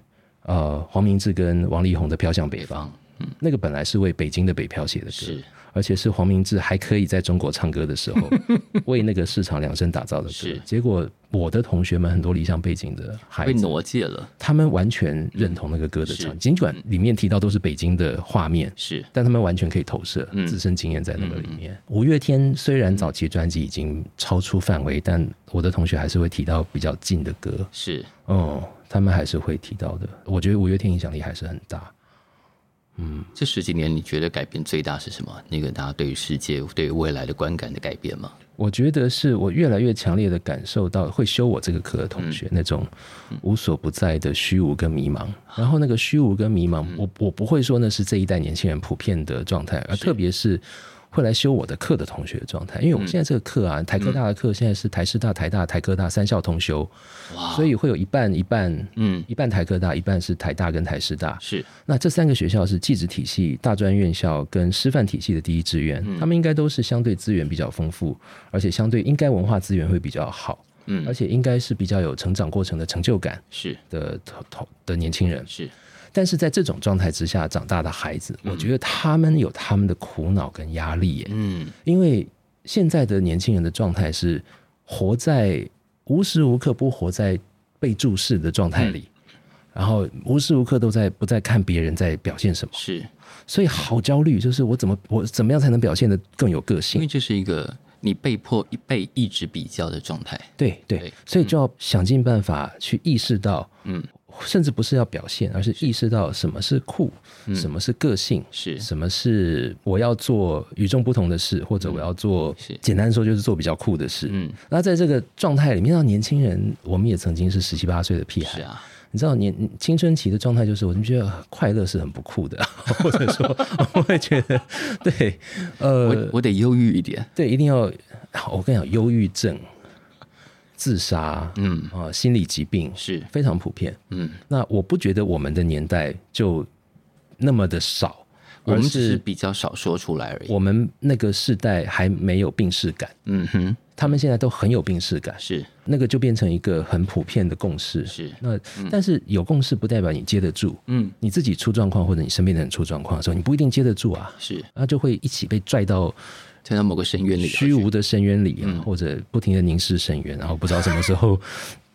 [SPEAKER 2] 呃黄明志跟王力宏的《飘向北
[SPEAKER 1] 北
[SPEAKER 2] 方》，
[SPEAKER 1] 方
[SPEAKER 2] 那个本来是为北京的北漂写的歌
[SPEAKER 1] 嗯是，
[SPEAKER 2] 而且是黄明志还可以在中国唱歌的 时候为那个市场量身打造的歌
[SPEAKER 1] 是。
[SPEAKER 2] 结果我的同学们很多离乡背景的孩
[SPEAKER 1] 被
[SPEAKER 2] 子。
[SPEAKER 1] 挪界了，
[SPEAKER 2] 他们完全认同那个歌的
[SPEAKER 1] 是
[SPEAKER 2] 唱，尽管里面提到都是北京的画面，
[SPEAKER 1] 是，
[SPEAKER 2] 但他们完全可以投射
[SPEAKER 1] 嗯
[SPEAKER 2] 自身经验在那个里面。五月天虽然早期专辑已经超出范围，但我的同学还是会提到比较近的歌，
[SPEAKER 1] 是，
[SPEAKER 2] 哦，他们还是会提到的。我觉得五月天影响力还是很大。
[SPEAKER 1] 这十几年你觉得改变最大是什么？那个大家对于世界、对于未来的观感的改变吗？
[SPEAKER 2] 我觉得是我越来越强烈的感受到会修我这个课的同
[SPEAKER 1] 嗯
[SPEAKER 2] 学、那种无所不在的虚无跟迷茫。然后那个虚无跟迷
[SPEAKER 1] 啊
[SPEAKER 2] 茫，我我不会说那是这一代年轻人普遍的状态，而特别是会来修我的课的同学的状态。因为我
[SPEAKER 1] 嗯
[SPEAKER 2] 们现在这个课啊，台科大的课现在是台师大、台大、台科大三校同修，
[SPEAKER 1] 哇，
[SPEAKER 2] 所以会有一半一半。
[SPEAKER 1] 嗯，
[SPEAKER 2] 一半台科大，一半是台大跟台师大。
[SPEAKER 1] 是，
[SPEAKER 2] 那这三个学校是技职体系、大专院校跟师范体系的第一志愿，他们应该都是相对资源比较丰富，而且相对应该文化资源会比较好。
[SPEAKER 1] 嗯
[SPEAKER 2] 而且应该是比较有成长过程的成就感
[SPEAKER 1] 是
[SPEAKER 2] 的同同的年轻人。
[SPEAKER 1] 是，
[SPEAKER 2] 但是在这种状态之下长大的孩子，我觉得他们有他们的苦恼跟压力耶，
[SPEAKER 1] 嗯
[SPEAKER 2] 因为现在的年轻人的状态是活在无时无刻不活在被注视的状态里，然后无时无刻都在不在看别人在表现什么，
[SPEAKER 1] 是，
[SPEAKER 2] 所以好焦虑，就是我怎么我怎么样才能表现的更有个
[SPEAKER 1] 因
[SPEAKER 2] 性
[SPEAKER 1] 为？这是一个你被迫一被一直比较的状态。
[SPEAKER 2] 对对
[SPEAKER 1] 对，
[SPEAKER 2] 所以就要想尽办法去意识到，
[SPEAKER 1] 嗯，
[SPEAKER 2] 甚至不是要表现，而是意识到什么是酷，什么是个性，
[SPEAKER 1] 嗯是
[SPEAKER 2] 什么是我要做与众不同的事，或者我要做
[SPEAKER 1] 嗯是，
[SPEAKER 2] 简单说就是做比较酷的事。
[SPEAKER 1] 嗯，
[SPEAKER 2] 那在这个状态里面，让年轻人，我们也曾经是十七八岁的屁
[SPEAKER 1] 是
[SPEAKER 2] 孩，
[SPEAKER 1] 啊，
[SPEAKER 2] 你知道年青春期的状态就是，我就觉得呃快乐是很不酷的， 或者说我会觉得，对，
[SPEAKER 1] 我
[SPEAKER 2] 呃，
[SPEAKER 1] 我得忧郁一点。
[SPEAKER 2] 对，一定要，我跟你讲，忧郁症、自杀啊、
[SPEAKER 1] 嗯，
[SPEAKER 2] 心理疾病
[SPEAKER 1] 是，
[SPEAKER 2] 非常普遍。
[SPEAKER 1] 嗯，
[SPEAKER 2] 那我不觉得我们的年代就那么的少，
[SPEAKER 1] 我们
[SPEAKER 2] 而
[SPEAKER 1] 只是
[SPEAKER 2] 是
[SPEAKER 1] 比较少说出来而已。
[SPEAKER 2] 我们那个世代还没有病视感，
[SPEAKER 1] 嗯哼，
[SPEAKER 2] 他们现在都很有病视感，
[SPEAKER 1] 是
[SPEAKER 2] 那个就变成一个很普遍的共识。
[SPEAKER 1] 是，
[SPEAKER 2] 那但是有共识不代表你接得住，
[SPEAKER 1] 嗯
[SPEAKER 2] 你自己出状况或者你身边的人出状况的时候，你不一定接得住啊，
[SPEAKER 1] 是，
[SPEAKER 2] 那就会一起被拽到
[SPEAKER 1] 在到某个深渊里。嗯
[SPEAKER 2] 虚无的深渊里啊，或者不停的凝视深渊，然后不知道什么 时候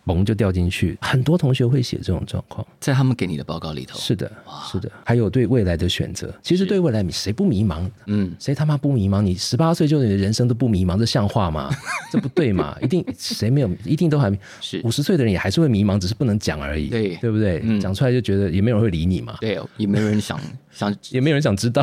[SPEAKER 2] 嘣就掉进去。很多同学会写这种状况，
[SPEAKER 1] 在他们给你的报告里头，
[SPEAKER 2] 是的，是的，还有对未来的选择。其实对未来，你谁不迷茫？
[SPEAKER 1] 嗯，
[SPEAKER 2] 谁他妈不迷茫？你十八岁就你的人生都不迷茫，这像 话吗？这不对嘛！一定谁没有，一定都还
[SPEAKER 1] 是
[SPEAKER 2] 五十岁的人也还是会迷茫，只是不能讲而已，
[SPEAKER 1] 对嗯
[SPEAKER 2] 对不对？讲出来就觉得也没有人会理你嘛，
[SPEAKER 1] 对，也没有人 想想，
[SPEAKER 2] 也没有人想知道。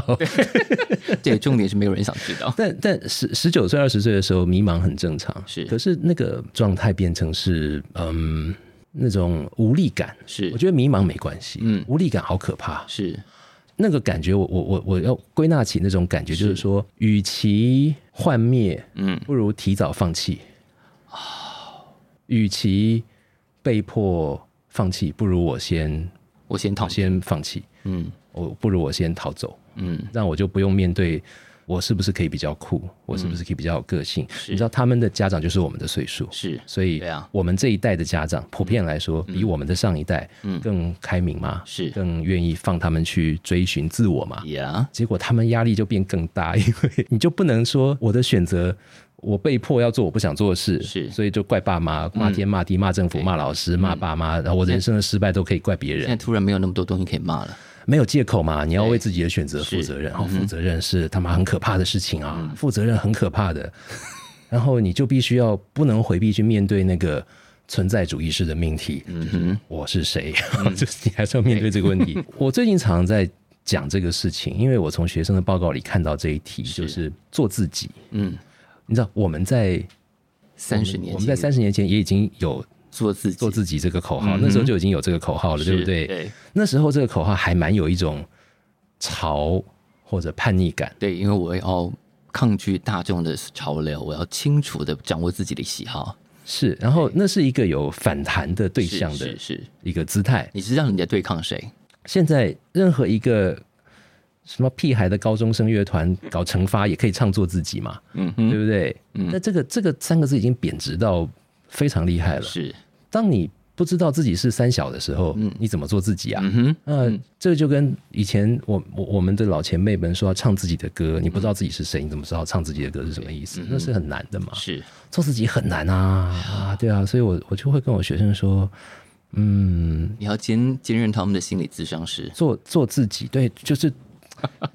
[SPEAKER 1] 对，重点是没有人想知 道。
[SPEAKER 2] 但但十十九岁、二十岁的时候迷茫很正常，
[SPEAKER 1] 是
[SPEAKER 2] 可是那个状态变成是嗯那种无力感。
[SPEAKER 1] 是
[SPEAKER 2] 我觉得迷茫没关系，
[SPEAKER 1] 嗯
[SPEAKER 2] 无力感好可怕。
[SPEAKER 1] 是，
[SPEAKER 2] 那个感觉我，我我我要归纳起那种感觉，就是说，与其幻灭，
[SPEAKER 1] 嗯，啊
[SPEAKER 2] 不如提早放弃。与其被迫放弃，不如我先
[SPEAKER 1] 我先躺
[SPEAKER 2] 我。先放弃，
[SPEAKER 1] 嗯
[SPEAKER 2] 我不如我先逃走。
[SPEAKER 1] 嗯，
[SPEAKER 2] 那我就不用面对我是不是可以比较酷，我是不是可以比较有个性。你知道他们的家长就是我们的岁数，
[SPEAKER 1] 是
[SPEAKER 2] 所以
[SPEAKER 1] 对啊
[SPEAKER 2] 我们这一代的家长普遍来说，比我们的上一代更开明嘛，
[SPEAKER 1] 嗯是啊
[SPEAKER 2] 更愿意放他们去追寻自我嘛。
[SPEAKER 1] 呀，
[SPEAKER 2] 结果他们压力就变更大，因为你就不能说我的选择，我被迫要做我不想做的事，
[SPEAKER 1] 是嗯
[SPEAKER 2] 所以就怪爸妈、骂天、骂地、骂政府、骂老师、骂爸妈，然后我人生的失败都可以怪别人
[SPEAKER 1] 现在。突然没有那么多东西可以骂了。
[SPEAKER 2] 没有借口嘛，你要为自己的选择负责
[SPEAKER 1] 嗯
[SPEAKER 2] 任。然后哦负责任是他妈很可怕的事情啊，负责任很可怕 的。然后你就必须要不能回避去面对那个存在主义式的命题，
[SPEAKER 1] 嗯
[SPEAKER 2] 就是我是谁， 就是你还是要面对这个问题。 我最近常在讲这个事情，因为我从学生的报告里看到这一题，就是做自己。
[SPEAKER 1] 嗯，
[SPEAKER 2] 你知道我们在
[SPEAKER 1] 三十年
[SPEAKER 2] 我们在
[SPEAKER 1] 前
[SPEAKER 2] 三十年前也已经有
[SPEAKER 1] 做自己
[SPEAKER 2] 做自己这个口号，那时候就已经有这个口号了，对不
[SPEAKER 1] 嗯是
[SPEAKER 2] 对？
[SPEAKER 1] 对
[SPEAKER 2] 那时候这个口号还蛮有一种潮或者叛逆感，
[SPEAKER 1] 对，因为我要抗拒大众的潮流，我要清楚的掌握自己的喜好。
[SPEAKER 2] 是，然后那是一个有反弹的对
[SPEAKER 1] 是
[SPEAKER 2] 象的
[SPEAKER 1] 是是，
[SPEAKER 2] 一个姿态。
[SPEAKER 1] 你知道你在对抗谁？
[SPEAKER 2] 现在任何一个什么屁孩的高中生乐团搞惩罚也可以唱做自己嘛，
[SPEAKER 1] 嗯
[SPEAKER 2] 对
[SPEAKER 1] 哼，
[SPEAKER 2] 不对？
[SPEAKER 1] 嗯
[SPEAKER 2] 那这个这个三个字已经贬值到非常厉害了。
[SPEAKER 1] 是，
[SPEAKER 2] 当你不知道自己是三小的时候，你怎么做自己啊？
[SPEAKER 1] 嗯哼，
[SPEAKER 2] 那这就跟以前我我我们的老前辈们说要唱自己的歌，你不知道自己是谁，你怎么知道唱自己的歌是什么意
[SPEAKER 1] 嗯
[SPEAKER 2] 思？那是很难的嘛，
[SPEAKER 1] 是
[SPEAKER 2] 做自己很难啊啊，对啊，所以我我就会跟我学生说，嗯，
[SPEAKER 1] 你要兼兼任他们的心理咨商师。
[SPEAKER 2] 做做自己，对，就是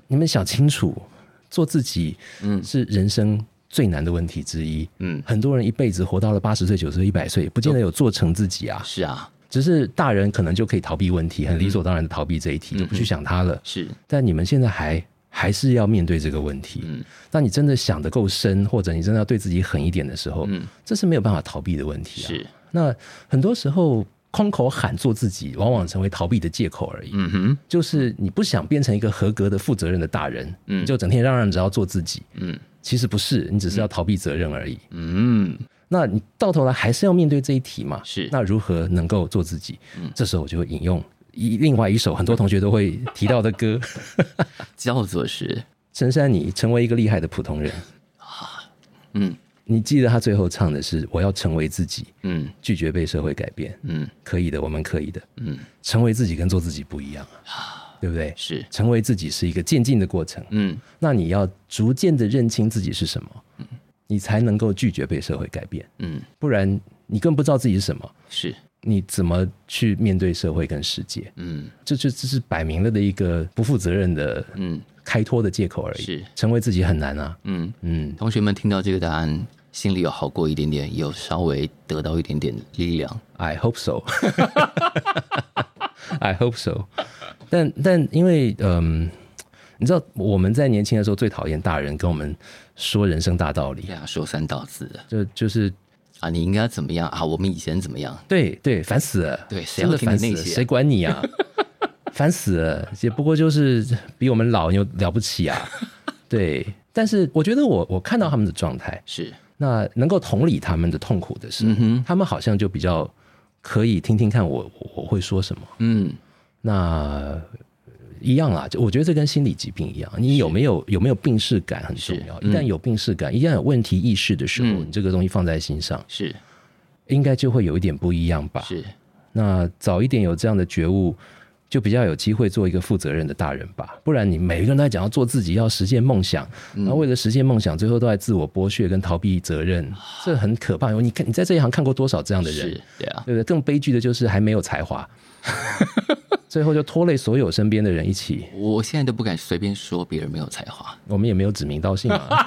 [SPEAKER 2] 你们想清楚， 做自己，
[SPEAKER 1] 嗯
[SPEAKER 2] 是人生最难的问题之一。
[SPEAKER 1] 嗯，
[SPEAKER 2] 很多人一辈子活到了八十岁、九十岁、一百岁，不见得有做成自己啊。
[SPEAKER 1] 是啊，
[SPEAKER 2] 只是大人可能就可以逃避问题，很理所当然的逃避这一
[SPEAKER 1] 嗯
[SPEAKER 2] 题，就不去想它了。
[SPEAKER 1] 是
[SPEAKER 2] 但你们现在还还是要面对这个问题。
[SPEAKER 1] 嗯
[SPEAKER 2] 当你真的想得够深，或者你真的要对自己狠一点的时候，
[SPEAKER 1] 嗯
[SPEAKER 2] 这是没有办法逃避的问题啊。
[SPEAKER 1] 是，
[SPEAKER 2] 那很多时候空口喊做自己，往往成为逃避的借口而已。
[SPEAKER 1] 嗯哼，
[SPEAKER 2] 就是你不想变成一个合格的、负责任的大人，
[SPEAKER 1] 嗯
[SPEAKER 2] 你就整天嚷嚷着要做自己。
[SPEAKER 1] 嗯
[SPEAKER 2] 其实不是，你只是要逃避责任而已。
[SPEAKER 1] 嗯，
[SPEAKER 2] 那你到头来还是要面对这一题嘛？
[SPEAKER 1] 是嗯
[SPEAKER 2] 那如何能够做自己？这时候我就会引用一另外一首很多同学都会提到的歌，
[SPEAKER 1] 叫做是，
[SPEAKER 2] 陈珊妮，成为一个厉害的普通人。
[SPEAKER 1] 嗯，
[SPEAKER 2] 你记得他最后唱的是“我要成为自己，
[SPEAKER 1] 嗯
[SPEAKER 2] 拒绝被社会改变，
[SPEAKER 1] 嗯
[SPEAKER 2] 可以的，我们可以的。
[SPEAKER 1] 嗯，
[SPEAKER 2] 成为自己跟做自己不一样啊，对不对？
[SPEAKER 1] 是，
[SPEAKER 2] 成为自己是一个渐进的过程，
[SPEAKER 1] 嗯
[SPEAKER 2] 那你要逐渐的认清自己是什么，你才能够拒绝被社会改变，
[SPEAKER 1] 嗯
[SPEAKER 2] 不然你更不知道自己是什么，
[SPEAKER 1] 是，
[SPEAKER 2] 你怎么去面对社会跟世界？
[SPEAKER 1] 嗯
[SPEAKER 2] 这就这是摆明了的一个不负责任的
[SPEAKER 1] 嗯
[SPEAKER 2] 开脱的借口而已。
[SPEAKER 1] 是，
[SPEAKER 2] 成为自己很难啊，
[SPEAKER 1] 嗯。
[SPEAKER 2] 嗯，
[SPEAKER 1] 同学们听到这个答案，心里有好过一点点，也有稍微得到一点点力量。
[SPEAKER 2] I hope so. I hope so. 但但因为嗯，你知道我们在年轻的时候最讨厌大人跟我们说人生大道理，
[SPEAKER 1] 对啊，说三道四的
[SPEAKER 2] 就就是
[SPEAKER 1] 啊，你应该怎么样啊？我们以前怎么样？
[SPEAKER 2] 对对，烦死了，
[SPEAKER 1] 对谁
[SPEAKER 2] 真的
[SPEAKER 1] 要听
[SPEAKER 2] 烦
[SPEAKER 1] 你
[SPEAKER 2] 死
[SPEAKER 1] 那
[SPEAKER 2] 了，
[SPEAKER 1] 些
[SPEAKER 2] 谁管 你啊？烦死了，也不过就是比我们老又了不起 啊，对。但是我觉得我我看到他们的状态，
[SPEAKER 1] 是，
[SPEAKER 2] 那能够同理他们的痛苦的是，
[SPEAKER 1] 嗯哼，
[SPEAKER 2] 他们好像就比较可以听听看我我我会说什么。
[SPEAKER 1] 嗯
[SPEAKER 2] 那呃一样啦，就我觉得这跟心理疾病一样，你有没有有没有病视感很重要。
[SPEAKER 1] 是嗯
[SPEAKER 2] 一旦有病视感，一旦有问题意识的时候，
[SPEAKER 1] 嗯
[SPEAKER 2] 你这个东西放在心上，
[SPEAKER 1] 是
[SPEAKER 2] 应该就会有一点不一样吧？
[SPEAKER 1] 是，
[SPEAKER 2] 那早一点有这样的觉悟，就比较有机会做一个负责任的大人吧。不然你每一个人都在讲要做自己，要实现梦想，然后为了实现梦想，最后都在自我剥削跟逃避责任，这很可怕。你看你在这一行看过多少这样的人
[SPEAKER 1] 是，，对啊，
[SPEAKER 2] 对不对？更悲剧的就是还没有才华，最后就拖累所有身边的人一起。
[SPEAKER 1] 我现在都不敢随便说别人没有才华。
[SPEAKER 2] 我们也没有指名道姓啊，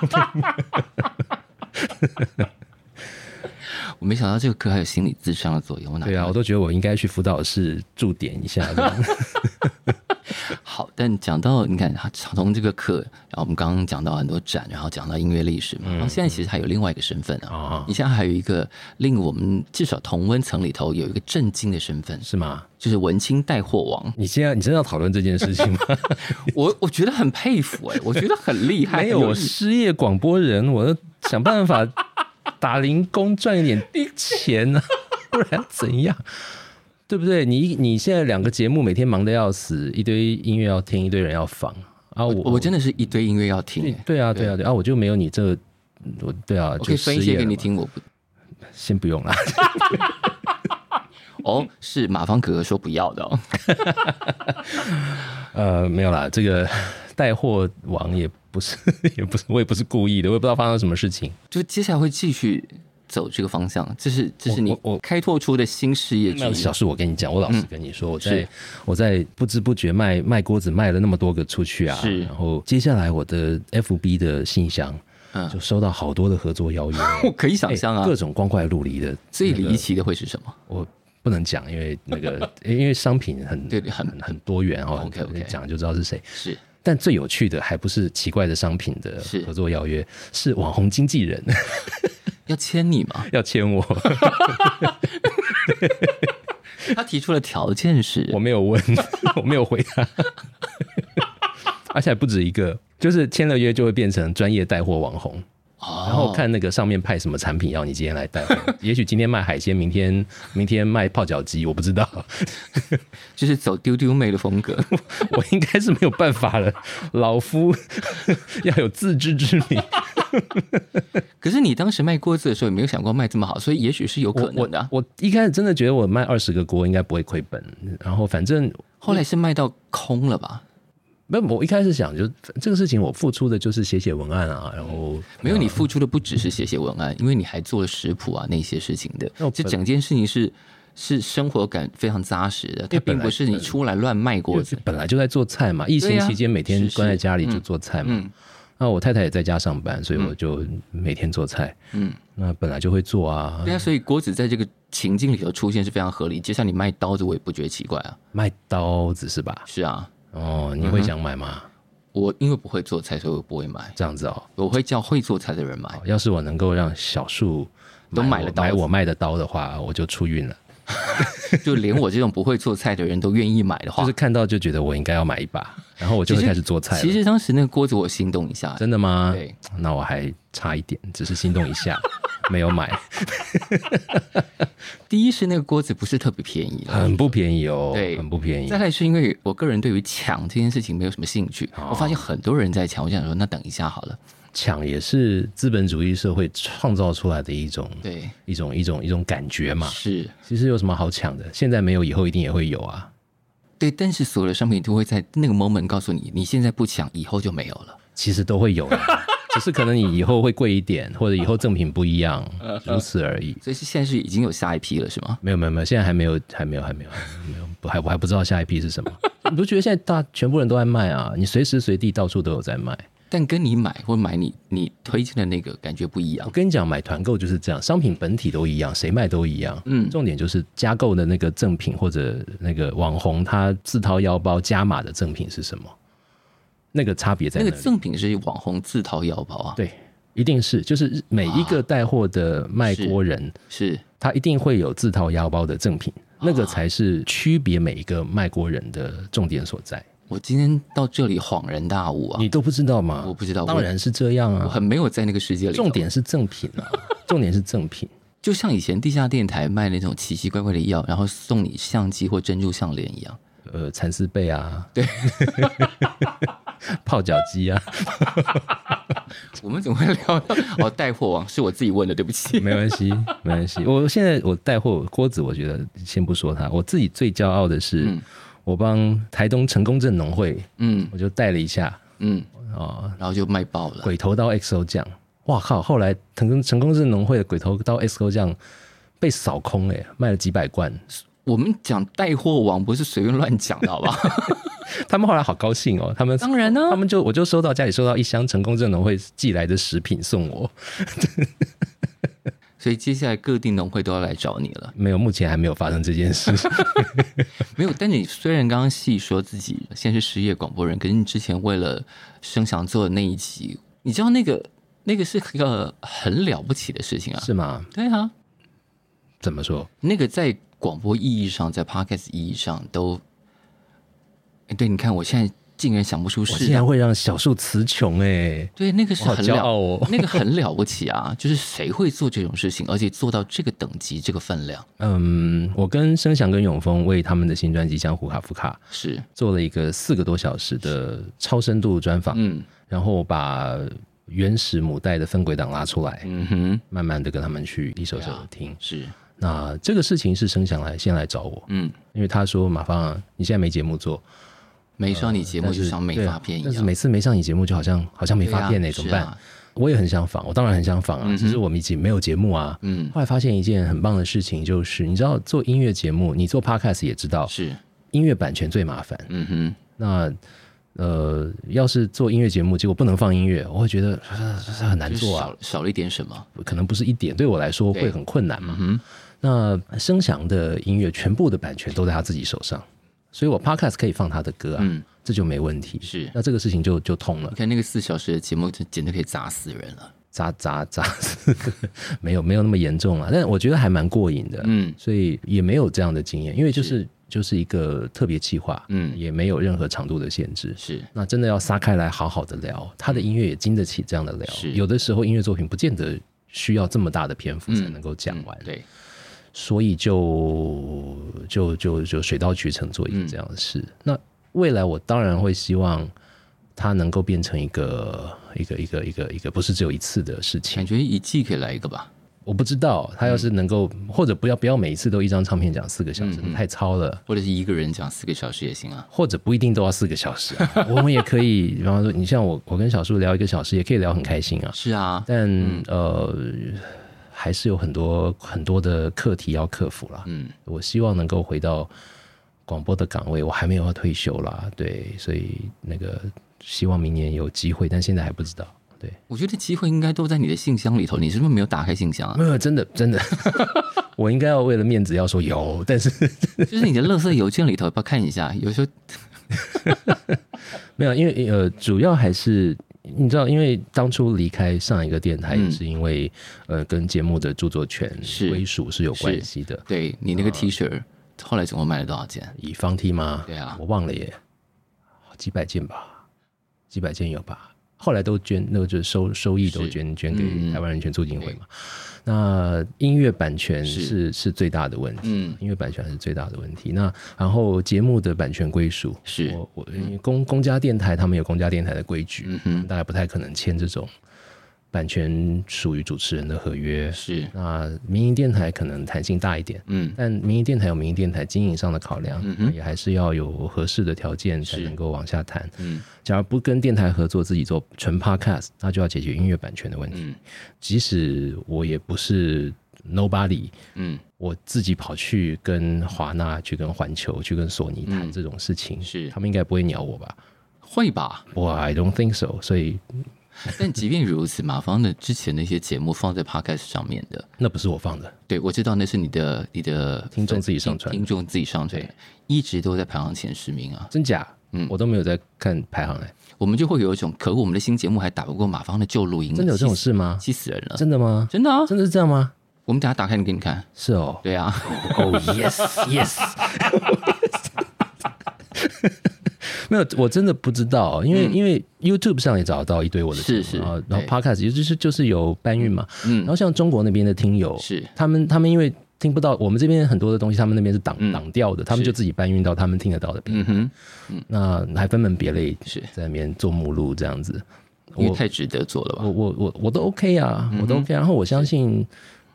[SPEAKER 1] 我没想到这个课还有心理智商的作用。我哪
[SPEAKER 2] 对啊，我都觉得我应该去辅导室驻点一下。这样
[SPEAKER 1] 好，但讲到你看，他从这个课，然后我们刚刚讲到很多展，然后讲到音乐历史嘛，然后现在其实还有另外一个身份嗯啊，
[SPEAKER 2] 啊
[SPEAKER 1] 你现在还有一个令我们至少同温层里头有一个震惊的身份，
[SPEAKER 2] 是吗？
[SPEAKER 1] 就是文青带货 王。
[SPEAKER 2] 你现在你真的要讨论这件事情吗？
[SPEAKER 1] 我我觉得很佩服哎、我觉得 很厉害。
[SPEAKER 2] 没有，
[SPEAKER 1] 很
[SPEAKER 2] 我
[SPEAKER 1] 意思
[SPEAKER 2] 失业广播人，我要想办 法打零工赚一点钱呢、不然怎样？对不对？你你现在两个节目每天忙得要死，一堆音乐要听，一堆人要放啊！我
[SPEAKER 1] 我我真的是一堆音乐要听、
[SPEAKER 2] 对
[SPEAKER 1] 哎
[SPEAKER 2] 对啊对啊对啊！我就没有你这个，我对啊，
[SPEAKER 1] 我可以
[SPEAKER 2] 就
[SPEAKER 1] 分
[SPEAKER 2] 失
[SPEAKER 1] 一些
[SPEAKER 2] 业
[SPEAKER 1] 给
[SPEAKER 2] 了
[SPEAKER 1] 你
[SPEAKER 2] 嘛。
[SPEAKER 1] 听。我不
[SPEAKER 2] 先不用啦，
[SPEAKER 1] 哦，是马芳哥哥说不要的、哦，
[SPEAKER 2] 呃，没有啦，这个带货王也不是 也不是，我也不是故意的，我也不知道发生什么事情。
[SPEAKER 1] 就接下来会继续走这个方向，这是这是你
[SPEAKER 2] 我我
[SPEAKER 1] 开拓出的新事业之
[SPEAKER 2] 那
[SPEAKER 1] 一。啊
[SPEAKER 2] 小事我跟你讲，我老实跟你说，我
[SPEAKER 1] 嗯是
[SPEAKER 2] 在我在不知不觉卖卖锅子卖了那么多个出去啊，
[SPEAKER 1] 是
[SPEAKER 2] 然后接下来我的 FB 的信箱
[SPEAKER 1] 嗯
[SPEAKER 2] 就收到好多的合作邀 约，
[SPEAKER 1] 我可以想
[SPEAKER 2] 哎
[SPEAKER 1] 象啊，
[SPEAKER 2] 各种光怪陆离的，
[SPEAKER 1] 最离奇的会是什么？
[SPEAKER 2] 我不能讲，因为 那个因为商品很
[SPEAKER 1] 对很
[SPEAKER 2] 很很多元哦
[SPEAKER 1] OK，OK
[SPEAKER 2] 讲就知道是谁。
[SPEAKER 1] 是
[SPEAKER 2] 但最有趣的还不是奇怪的商品的
[SPEAKER 1] 是
[SPEAKER 2] 合作邀约，是网红经纪人
[SPEAKER 1] 要签你吗？
[SPEAKER 2] 要签我，
[SPEAKER 1] 他提出了条件是，
[SPEAKER 2] 我没 有问，我没有回答，而且还不止一个，就是签了约就会变成专业带货网红，
[SPEAKER 1] 哦
[SPEAKER 2] 然后看那个上面派什么产品要你今天来 带货，也许今天卖海鲜，明天明天卖泡脚鸡，我不知 道，
[SPEAKER 1] 就是走丢丢妹的风 格，
[SPEAKER 2] 我应该是没有办法了，老夫 要有自知之明。
[SPEAKER 1] 可是你当时卖锅子的时候，也没有想过卖这么好，所以也许是有可能的啊、
[SPEAKER 2] 我我一开始真的觉得我卖二十个锅应该不会亏本，然后反正
[SPEAKER 1] 后来是卖到空了
[SPEAKER 2] 嗯
[SPEAKER 1] 吧？
[SPEAKER 2] 那我一开始想就这个事情，我付出的就是写写文案啊，然后
[SPEAKER 1] 没有，你付出的不只是写写文案，因为你还做了食谱啊那些事情的
[SPEAKER 2] 那我。
[SPEAKER 1] 这
[SPEAKER 2] 本
[SPEAKER 1] 整件事情是是生活感非常扎实的，它并
[SPEAKER 2] 本来
[SPEAKER 1] 不是你出来乱卖锅
[SPEAKER 2] 我
[SPEAKER 1] 子。
[SPEAKER 2] 本来就在做菜嘛，疫
[SPEAKER 1] 对
[SPEAKER 2] 情
[SPEAKER 1] 呀
[SPEAKER 2] 期间每天
[SPEAKER 1] 是是
[SPEAKER 2] 关在家里就做菜嘛
[SPEAKER 1] 嗯。
[SPEAKER 2] 那我太太也在家上班，所以我就每天做菜。
[SPEAKER 1] 嗯，
[SPEAKER 2] 那本来就会做啊
[SPEAKER 1] 对，啊，所以锅子在这个情境里头出现是非常合理。就像你卖刀子，我也不觉得奇怪啊。
[SPEAKER 2] 卖刀子是吧？
[SPEAKER 1] 是啊，
[SPEAKER 2] 哦，你会想买吗？
[SPEAKER 1] 我因为不会做菜，所以我不会买。
[SPEAKER 2] 这样子哦，
[SPEAKER 1] 我会叫会做菜的人买
[SPEAKER 2] 好。要是我能够让小树
[SPEAKER 1] 都买了
[SPEAKER 2] 我
[SPEAKER 1] 刀子
[SPEAKER 2] 买我卖的刀的话，我就出运了。
[SPEAKER 1] 就连我这种不会做菜的人都愿意买的话，
[SPEAKER 2] 就是看到就觉得我应该要买一把，然后我就会
[SPEAKER 1] 其实
[SPEAKER 2] 开始做菜了。
[SPEAKER 1] 其实当时那个锅子我心动一下，
[SPEAKER 2] 真的吗？
[SPEAKER 1] 对，
[SPEAKER 2] 那我还差一点，只是心动一下，没有买，
[SPEAKER 1] 第一是那个锅子不是特别便宜啦，
[SPEAKER 2] 很不便宜哦，
[SPEAKER 1] 对
[SPEAKER 2] 很不便宜
[SPEAKER 1] 再。来是因为
[SPEAKER 2] 哦
[SPEAKER 1] 我个人对于抢这件事情没有什么兴趣，我发现很多人在抢，我就想说那等一下好了，
[SPEAKER 2] 抢也是资本主义社会创造出来的一种
[SPEAKER 1] 对，
[SPEAKER 2] 一种一种一种感觉嘛。
[SPEAKER 1] 是
[SPEAKER 2] 其实有什么好抢的？现在没有，以后一定也会有啊。
[SPEAKER 1] 对，但是所有的商品都会在那个 moment 告诉你，你现在不抢，以后就没有了。
[SPEAKER 2] 其实都会有的， 只是可能你以后会贵一点，或者以后赠品不一样，如此而已。
[SPEAKER 1] 所以是现在是已经有下一批了，是吗？
[SPEAKER 2] 没有没有没有，现在还没有还没有还没有还没有，不还我还不知道下一批是什么。 你不觉得现在大全部人都在卖啊？你随时随地到处都有在卖。
[SPEAKER 1] 但跟你买或买你你推荐的那个感觉不一样
[SPEAKER 2] 我。跟你讲，买团购就是这样，商品本体都一样，谁卖都一样。
[SPEAKER 1] 嗯
[SPEAKER 2] 重点就是加购的那个赠品或者那个网红他自掏腰包加码的赠品是什么？那个差别在
[SPEAKER 1] 那
[SPEAKER 2] 哪
[SPEAKER 1] 个
[SPEAKER 2] 里？
[SPEAKER 1] 赠品是网红自掏腰包啊，
[SPEAKER 2] 对，一定是就是每一个带货的卖锅人，
[SPEAKER 1] 是
[SPEAKER 2] 他一定会有自掏腰包的赠品，
[SPEAKER 1] 啊
[SPEAKER 2] 那个才是区别每一个卖锅人的重点所在。
[SPEAKER 1] 我今天到这里恍然大悟啊！
[SPEAKER 2] 你都不知道吗？
[SPEAKER 1] 我不知道，
[SPEAKER 2] 当然是这样
[SPEAKER 1] 我，我
[SPEAKER 2] 啊。
[SPEAKER 1] 很哦没有在那个世界里。
[SPEAKER 2] 重点是赠品啊，重点是赠品。
[SPEAKER 1] 就像以前地下电台卖那种奇奇怪怪的药，然后送你相机或珍珠项链一样。
[SPEAKER 2] 呃蚕丝被啊，对， 泡脚机啊，
[SPEAKER 1] 我们怎么会聊到哦带货王？是我自己问的，对不 起。
[SPEAKER 2] 没关系，没关系。我现在我带货郭子，我觉得先不说他，我自己最骄傲的是，
[SPEAKER 1] 嗯
[SPEAKER 2] 我帮台东成功镇农会，
[SPEAKER 1] 嗯
[SPEAKER 2] 我就带了一下
[SPEAKER 1] 嗯，
[SPEAKER 2] 哦，
[SPEAKER 1] 然后就卖爆了。
[SPEAKER 2] 鬼头刀 XO 酱，哇靠！后来成功成功镇农会的鬼头刀 XO 酱被扫空哎、卖了几百罐，
[SPEAKER 1] 我们讲带货王不是随便乱讲的，好不 好？
[SPEAKER 2] 他们后来好高兴哦，他们
[SPEAKER 1] 当然呢、
[SPEAKER 2] 他们就我就收到家里收到一箱成功镇农会寄来的食品送我，
[SPEAKER 1] 所以接下来各地农会都要来找你了。
[SPEAKER 2] 没有，目前还没有发生这件事。
[SPEAKER 1] 没有，但你虽然刚刚细说自己现在是失业广播人，可是你之前为了生祥做的那一集，你知道那个那个是一个很了不起的事情啊。
[SPEAKER 2] 是吗？
[SPEAKER 1] 对啊，
[SPEAKER 2] 怎么说？
[SPEAKER 1] 那个在广播意义上，在 podcast 意义上都，哎，对，你看我现在竟然想不出
[SPEAKER 2] 我
[SPEAKER 1] 是
[SPEAKER 2] 竟然会让小树词穷哎，
[SPEAKER 1] 对，那个是
[SPEAKER 2] 我好
[SPEAKER 1] 很
[SPEAKER 2] 骄
[SPEAKER 1] 了，
[SPEAKER 2] 傲 哦。
[SPEAKER 1] 那个很了不起啊！就是谁会做这种事情，而且做到这个等级、这个分量，
[SPEAKER 2] 嗯，我跟声响跟永峰为他们的新专辑《江湖卡夫卡》
[SPEAKER 1] 是
[SPEAKER 2] 做了一个四个多小时的超深度专访，
[SPEAKER 1] 嗯
[SPEAKER 2] 然后把原始母带的分轨档拉出来，
[SPEAKER 1] 嗯哼，
[SPEAKER 2] 慢慢的跟他们去一首首
[SPEAKER 1] 对
[SPEAKER 2] 的
[SPEAKER 1] 啊
[SPEAKER 2] 听。
[SPEAKER 1] 是
[SPEAKER 2] 那这个事情是声响来先来找我，
[SPEAKER 1] 嗯，
[SPEAKER 2] 因为他说马芳啊，你现在没节目做，
[SPEAKER 1] 没上你节目
[SPEAKER 2] 但
[SPEAKER 1] 就是像没
[SPEAKER 2] 对啊
[SPEAKER 1] 发片一
[SPEAKER 2] 但是
[SPEAKER 1] 样，
[SPEAKER 2] 每次没上你节目就好像好像没
[SPEAKER 1] 对啊嗯
[SPEAKER 2] 发片呢、欸怎么办？
[SPEAKER 1] 是啊
[SPEAKER 2] 我也很想访，我当然很想访啊，只是我们已经没有节目啊。
[SPEAKER 1] 嗯，
[SPEAKER 2] 后来发现一件很棒的事情，就是你知道做音乐节目，你做 podcast 也知道，
[SPEAKER 1] 是
[SPEAKER 2] 音乐版权最麻烦。
[SPEAKER 1] 嗯哼，
[SPEAKER 2] 那呃，要是做音乐节目，结果不能放音乐，我会觉得、呃很难
[SPEAKER 1] 就是
[SPEAKER 2] 做啊
[SPEAKER 1] 少。少了一点什么，
[SPEAKER 2] 可能不是一点，对我来说
[SPEAKER 1] 对
[SPEAKER 2] 会很困难嘛。
[SPEAKER 1] 嗯
[SPEAKER 2] 那声响的音乐全部的版权都在他自己手上，所以我 podcast 可以放他的歌啊，
[SPEAKER 1] 嗯，
[SPEAKER 2] 这就没问题。
[SPEAKER 1] 是
[SPEAKER 2] 那这个事情就就通了
[SPEAKER 1] 你。看那个四小时的节目，就简直可以砸死人了，
[SPEAKER 2] 砸砸砸，没有没有那么严重啊，但我觉得还蛮过瘾的，
[SPEAKER 1] 嗯
[SPEAKER 2] 所以也没有这样的经验，因为就是就是一个特别企划，
[SPEAKER 1] 嗯，
[SPEAKER 2] 也没有任何长度的限制。
[SPEAKER 1] 是
[SPEAKER 2] 那真的要撒开来好好的聊，他的音乐也经得起这样的聊。
[SPEAKER 1] 是
[SPEAKER 2] 有的时候音乐作品不见得需要这么大的篇幅才能够讲完，
[SPEAKER 1] 嗯对，
[SPEAKER 2] 所以就就就就水到渠成做一件这样的事。
[SPEAKER 1] 嗯
[SPEAKER 2] 那未来我当然会希望它能够变成一个一个一个一个一个不是只有一次的事情。
[SPEAKER 1] 感觉一季可以来一个吧，
[SPEAKER 2] 我不知道他要是能够，或者不要不要每一次都一张唱片讲四个小时，太超了。
[SPEAKER 1] 或者是一个人讲四个小时也行啊，
[SPEAKER 2] 或者不一定都要四个小时、啊， 我们也可以，比方说，你像我，我跟小树聊一个小时，也可以聊很开心啊。
[SPEAKER 1] 是啊，
[SPEAKER 2] 但、呃，还是有很多很多的课题要克服啦。
[SPEAKER 1] 嗯，
[SPEAKER 2] 我希望能够回到广播的岗位，我还没有要退休啦，对，所以那个希望明年有机会，但现在还不知道。对，
[SPEAKER 1] 我觉得机会应该都在你的信箱里头，你是不是没有打开信箱啊？
[SPEAKER 2] 没有，真的真的， 我应该要为了面子要说有，但是
[SPEAKER 1] 就是你的垃圾邮件里头，要不要看一下？有时候
[SPEAKER 2] 没有，因为呃，主要还是你知道，因为当初离开上一个电台，
[SPEAKER 1] 嗯
[SPEAKER 2] 也是因为、呃，跟节目的著作权
[SPEAKER 1] 是
[SPEAKER 2] 归属是有关系的。
[SPEAKER 1] 对你那
[SPEAKER 2] 嗯
[SPEAKER 1] 个 T 恤，后来总共卖了多少件？
[SPEAKER 2] 以方 T 吗？
[SPEAKER 1] 对啊
[SPEAKER 2] 我忘了耶，几百件吧，几百件有吧。后来都捐，那个就是收收益都
[SPEAKER 1] 是
[SPEAKER 2] 捐捐
[SPEAKER 1] 嗯
[SPEAKER 2] 给
[SPEAKER 1] 嗯
[SPEAKER 2] 台湾人权促进会嘛。那音乐版权
[SPEAKER 1] 是
[SPEAKER 2] 是是最大的问题，
[SPEAKER 1] 嗯，
[SPEAKER 2] 音乐版权是最大的问题。那然后节目的版权归属，
[SPEAKER 1] 是
[SPEAKER 2] 我我因为公公家电台他们有公家电台的规矩，
[SPEAKER 1] 嗯哼，
[SPEAKER 2] 大概不太可能签这种版权属于主持人的合约。
[SPEAKER 1] 是，
[SPEAKER 2] 那民营电台可能弹性大一点，
[SPEAKER 1] 嗯
[SPEAKER 2] 但民营电台有民营电台经营上的考量，
[SPEAKER 1] 嗯哼
[SPEAKER 2] 也还是要有合适的条件才
[SPEAKER 1] 是
[SPEAKER 2] 能够往下谈。
[SPEAKER 1] 嗯
[SPEAKER 2] 假如不跟电台合作，自己做纯 podcast，那就要解决音乐版权的问题。
[SPEAKER 1] 嗯
[SPEAKER 2] 即使我也不是 nobody，
[SPEAKER 1] 嗯，
[SPEAKER 2] 我自己跑去跟华纳、去跟环球、去跟索尼谈
[SPEAKER 1] 嗯
[SPEAKER 2] 这种事情，
[SPEAKER 1] 是
[SPEAKER 2] 他们应该不会鸟我吧？
[SPEAKER 1] 会吧？
[SPEAKER 2] 我 I don't think so。所以
[SPEAKER 1] 但即便如此，马芳的之前的一些节目放在 Podcast 上面的，
[SPEAKER 2] 那不是我放的，
[SPEAKER 1] 对我知道那是你的你的
[SPEAKER 2] 听众自己上传
[SPEAKER 1] 听听众自己上传
[SPEAKER 2] 对，
[SPEAKER 1] 一直都在排行前十名啊。
[SPEAKER 2] 真假？
[SPEAKER 1] 嗯
[SPEAKER 2] 我都没有在看排行哎、
[SPEAKER 1] 我们就会有一种，可恶，我们的新节目还打不过马芳的旧录音，啊
[SPEAKER 2] 真的有这
[SPEAKER 1] 气
[SPEAKER 2] 种
[SPEAKER 1] 死
[SPEAKER 2] 事吗？
[SPEAKER 1] 气死人了！
[SPEAKER 2] 真的吗？
[SPEAKER 1] 真的啊，
[SPEAKER 2] 真的是这样吗？
[SPEAKER 1] 我们等一下打开你给你看。
[SPEAKER 2] 是 哦。
[SPEAKER 1] 对啊，
[SPEAKER 2] 哦、yes yes，没有，我真的不知道，哦因为、因为 YouTube 上也找得到一堆我的
[SPEAKER 1] 嗯是是
[SPEAKER 2] 节目然后然后
[SPEAKER 1] 对
[SPEAKER 2] Podcast 也就是就是有搬运嘛，然
[SPEAKER 1] 嗯，
[SPEAKER 2] 后像中国那边的听友，
[SPEAKER 1] 是
[SPEAKER 2] 他们他们因为听不到我们这边很多的东西，他们那边是挡
[SPEAKER 1] 嗯
[SPEAKER 2] 挡掉的，他们
[SPEAKER 1] 是
[SPEAKER 2] 就自己搬运到他们听得到的频道，
[SPEAKER 1] 嗯哼，
[SPEAKER 2] 那还分门别类
[SPEAKER 1] 是
[SPEAKER 2] 在那边做目录这样子，
[SPEAKER 1] 因为
[SPEAKER 2] 我
[SPEAKER 1] 太值得做了吧？
[SPEAKER 2] 我我我我都 OK 啊，
[SPEAKER 1] 嗯
[SPEAKER 2] 我都 OK，、然后我相信。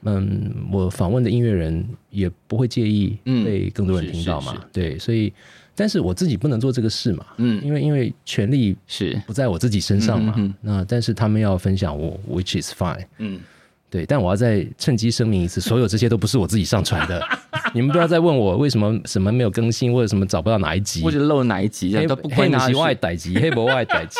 [SPEAKER 2] 嗯，我访问的音乐人也不会介意
[SPEAKER 1] 嗯
[SPEAKER 2] 被更多人
[SPEAKER 1] 是
[SPEAKER 2] 听到嘛，
[SPEAKER 1] 是是
[SPEAKER 2] 对，所以，但是我自己不能做这个事嘛，
[SPEAKER 1] 嗯，
[SPEAKER 2] 因为因为权利
[SPEAKER 1] 是，
[SPEAKER 2] 不在我自己身上嘛，
[SPEAKER 1] 嗯嗯嗯
[SPEAKER 2] 那但是他们要分享我，which is fine，
[SPEAKER 1] 嗯，
[SPEAKER 2] 对，但我要再趁机声明一次，所有这些都不是我自己上 传的，你们不要再问我为什么什么没有更新，或者什么找不到哪一集，
[SPEAKER 1] 或者漏哪一集啊，
[SPEAKER 2] 黑
[SPEAKER 1] 都不关
[SPEAKER 2] 黑
[SPEAKER 1] 哪
[SPEAKER 2] 不
[SPEAKER 1] 里
[SPEAKER 2] 是我的
[SPEAKER 1] 事。
[SPEAKER 2] 代志，黑不是我 的代志。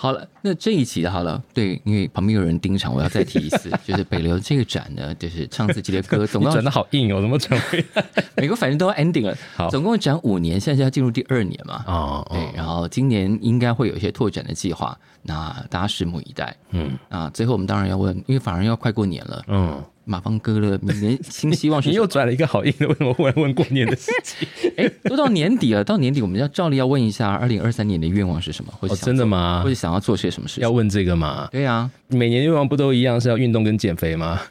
[SPEAKER 1] 好了，那这一期的好了，对，因为旁边有人盯场，我要再提一次，就是北流这个展呢，就是唱自己的歌，总
[SPEAKER 2] 你转
[SPEAKER 1] 共
[SPEAKER 2] 的好硬哦，怎么转回 来？
[SPEAKER 1] 美国反正都要 ending 了，
[SPEAKER 2] 好
[SPEAKER 1] 总共展五年，现在要进入第二年嘛，
[SPEAKER 2] 哦，
[SPEAKER 1] 对，然后今年应该会有一些拓展的计划，那大家拭目以待。
[SPEAKER 2] 嗯
[SPEAKER 1] 啊，最后我们当然要问，因为反而要快过年了，
[SPEAKER 2] 嗯，
[SPEAKER 1] 马芳哥的明年新希望是
[SPEAKER 2] 你
[SPEAKER 1] 什
[SPEAKER 2] 又
[SPEAKER 1] 么？
[SPEAKER 2] 转了一个好硬的，为什么忽然问过年的事 情？
[SPEAKER 1] 哎，都到年底了，到年底我们要照例要问一下，二零二三年的愿望是什么，或者
[SPEAKER 2] 哦，
[SPEAKER 1] 想、
[SPEAKER 2] 真的吗
[SPEAKER 1] 或？者想要做些什么事
[SPEAKER 2] 要
[SPEAKER 1] 情？
[SPEAKER 2] 问这个吗？
[SPEAKER 1] 对啊，
[SPEAKER 2] 每年愿望不都一样是要运动跟减肥吗？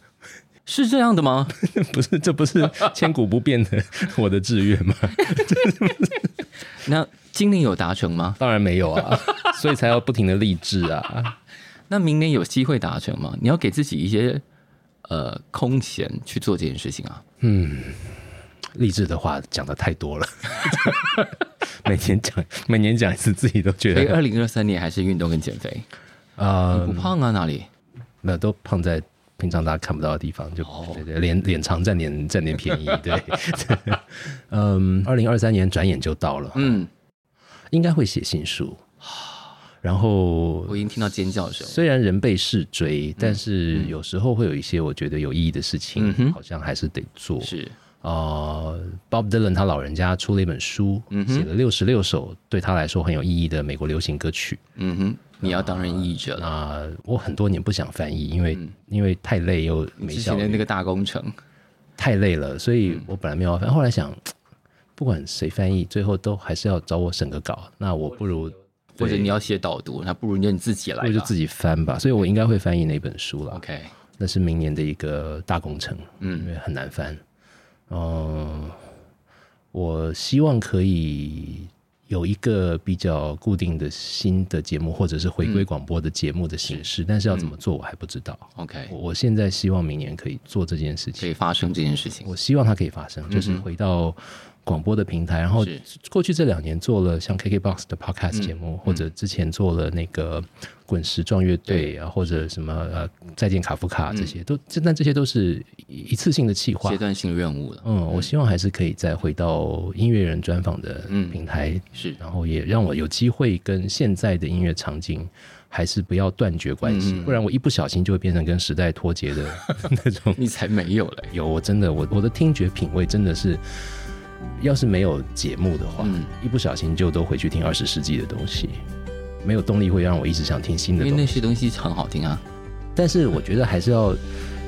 [SPEAKER 1] 是这样的吗？
[SPEAKER 2] 不是，这不是千古不变的 我的志愿吗？
[SPEAKER 1] 那今年有达成吗？
[SPEAKER 2] 当然没有啊， 所以才要不停的励志啊。
[SPEAKER 1] 那明年有机会达成吗？你要给自己一些呃空闲去做这件事情 啊。
[SPEAKER 2] 励志的话讲的太多了， 每年讲每年讲一次，自己都觉
[SPEAKER 1] 所以
[SPEAKER 2] 得
[SPEAKER 1] 哎二零二三年还是运动跟减肥，
[SPEAKER 2] 啊，
[SPEAKER 1] 不胖啊哪里？
[SPEAKER 2] 那、都胖在平常大家看不到的地方，就、对对，脸脸长占点占点 便宜，对。嗯，二零二三年转眼就到了，
[SPEAKER 1] 嗯，
[SPEAKER 2] 应该会写新书，然后
[SPEAKER 1] 我已经听到尖叫声了。
[SPEAKER 2] 虽然人被事追，但是有时候会有一些我觉得有意义的事情，
[SPEAKER 1] 嗯哼
[SPEAKER 2] 好像还是得做。
[SPEAKER 1] 是，
[SPEAKER 2] 呃，Bob Dylan 他老人家出了一本书，
[SPEAKER 1] 嗯哼
[SPEAKER 2] 写了六十六首对他来说很有意义的美国流行歌曲。
[SPEAKER 1] 嗯哼，你要当任意义者了。
[SPEAKER 2] 那我很多年不想翻译，因为、因为太累又没
[SPEAKER 1] 嗯之
[SPEAKER 2] 效
[SPEAKER 1] 前嗯的
[SPEAKER 2] 率，
[SPEAKER 1] 那个大工程，
[SPEAKER 2] 太累了，所以我本来没有要翻。后来想，不管谁翻译，最后都还是要找我审个稿。那我不如
[SPEAKER 1] 或者你要写导读，那不如你就你自己来
[SPEAKER 2] 我就
[SPEAKER 1] 吧。
[SPEAKER 2] 自己翻吧。所以我应该会翻译那本书啦。
[SPEAKER 1] OK，
[SPEAKER 2] 那是明年的一个大工程，因
[SPEAKER 1] 嗯
[SPEAKER 2] 为很难翻。嗯、我希望可以有一个比较固定的新的节目，或者是回归广播的节目的形式，但是要怎么做我还不知道。
[SPEAKER 1] ，OK，
[SPEAKER 2] 我我现在希望明年可以做这件事
[SPEAKER 1] 可
[SPEAKER 2] 情，
[SPEAKER 1] 以发生这件事情。
[SPEAKER 2] 我希望它可以发生，就是回到广播的平台。然后
[SPEAKER 1] 嗯是嗯
[SPEAKER 2] 过去这两年做了像 KKBOX 的 Podcast 节目，或者之前做了那个滚石壮乐队啊，或者什么呃再见卡夫
[SPEAKER 1] 嗯
[SPEAKER 2] 卡这些，都这但这些都是一一次性的企划
[SPEAKER 1] 阶。段性任务了，
[SPEAKER 2] 嗯，我希望还是可以再回到音乐人专访的
[SPEAKER 1] 嗯
[SPEAKER 2] 平台，
[SPEAKER 1] 是
[SPEAKER 2] 然后也让我有机会跟现在的音乐场景还是不要断绝关
[SPEAKER 1] 嗯
[SPEAKER 2] 系，不然我一不小心就会变成跟时代脱节的 那种
[SPEAKER 1] 你才没有嘞。
[SPEAKER 2] 有，我真的，我我的听觉品味真的是，要是没有节目的话，
[SPEAKER 1] 嗯
[SPEAKER 2] 一不小心就都回去听二十世纪的东西，没有动力会让我一直想听新
[SPEAKER 1] 因
[SPEAKER 2] 的
[SPEAKER 1] 为
[SPEAKER 2] 东
[SPEAKER 1] 那
[SPEAKER 2] 西。
[SPEAKER 1] 些东西很好听啊，
[SPEAKER 2] 但是我觉得还是要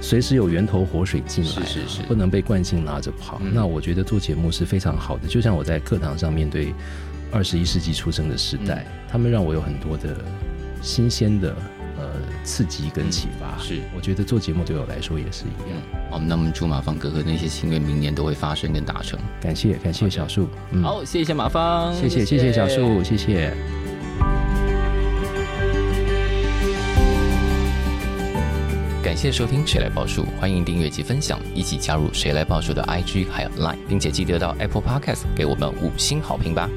[SPEAKER 2] 随时有源头活水进来啊、
[SPEAKER 1] 是是是
[SPEAKER 2] 不能被惯性拉着跑。
[SPEAKER 1] 嗯
[SPEAKER 2] 那我觉得做节目是非常好的，就像我在课堂上面对二十一世纪出生的时代，
[SPEAKER 1] 嗯
[SPEAKER 2] 他们让我有很多的新鲜的呃刺激跟启发。
[SPEAKER 1] 嗯是
[SPEAKER 2] 我觉得做节目对我来说也是一样。
[SPEAKER 1] 嗯，好，那我们祝马芳哥哥那些心愿明年都会发生跟达成。
[SPEAKER 2] 感谢感谢小树，嗯，
[SPEAKER 1] 好，谢谢马芳，
[SPEAKER 2] 谢谢谢谢小树，谢谢。
[SPEAKER 1] 感谢收听《谁来报数》，欢迎订阅及分享，一起加入《谁来报数》的 IG 还有 Line，并且记得到 Apple Podcast 给我们五星好评吧。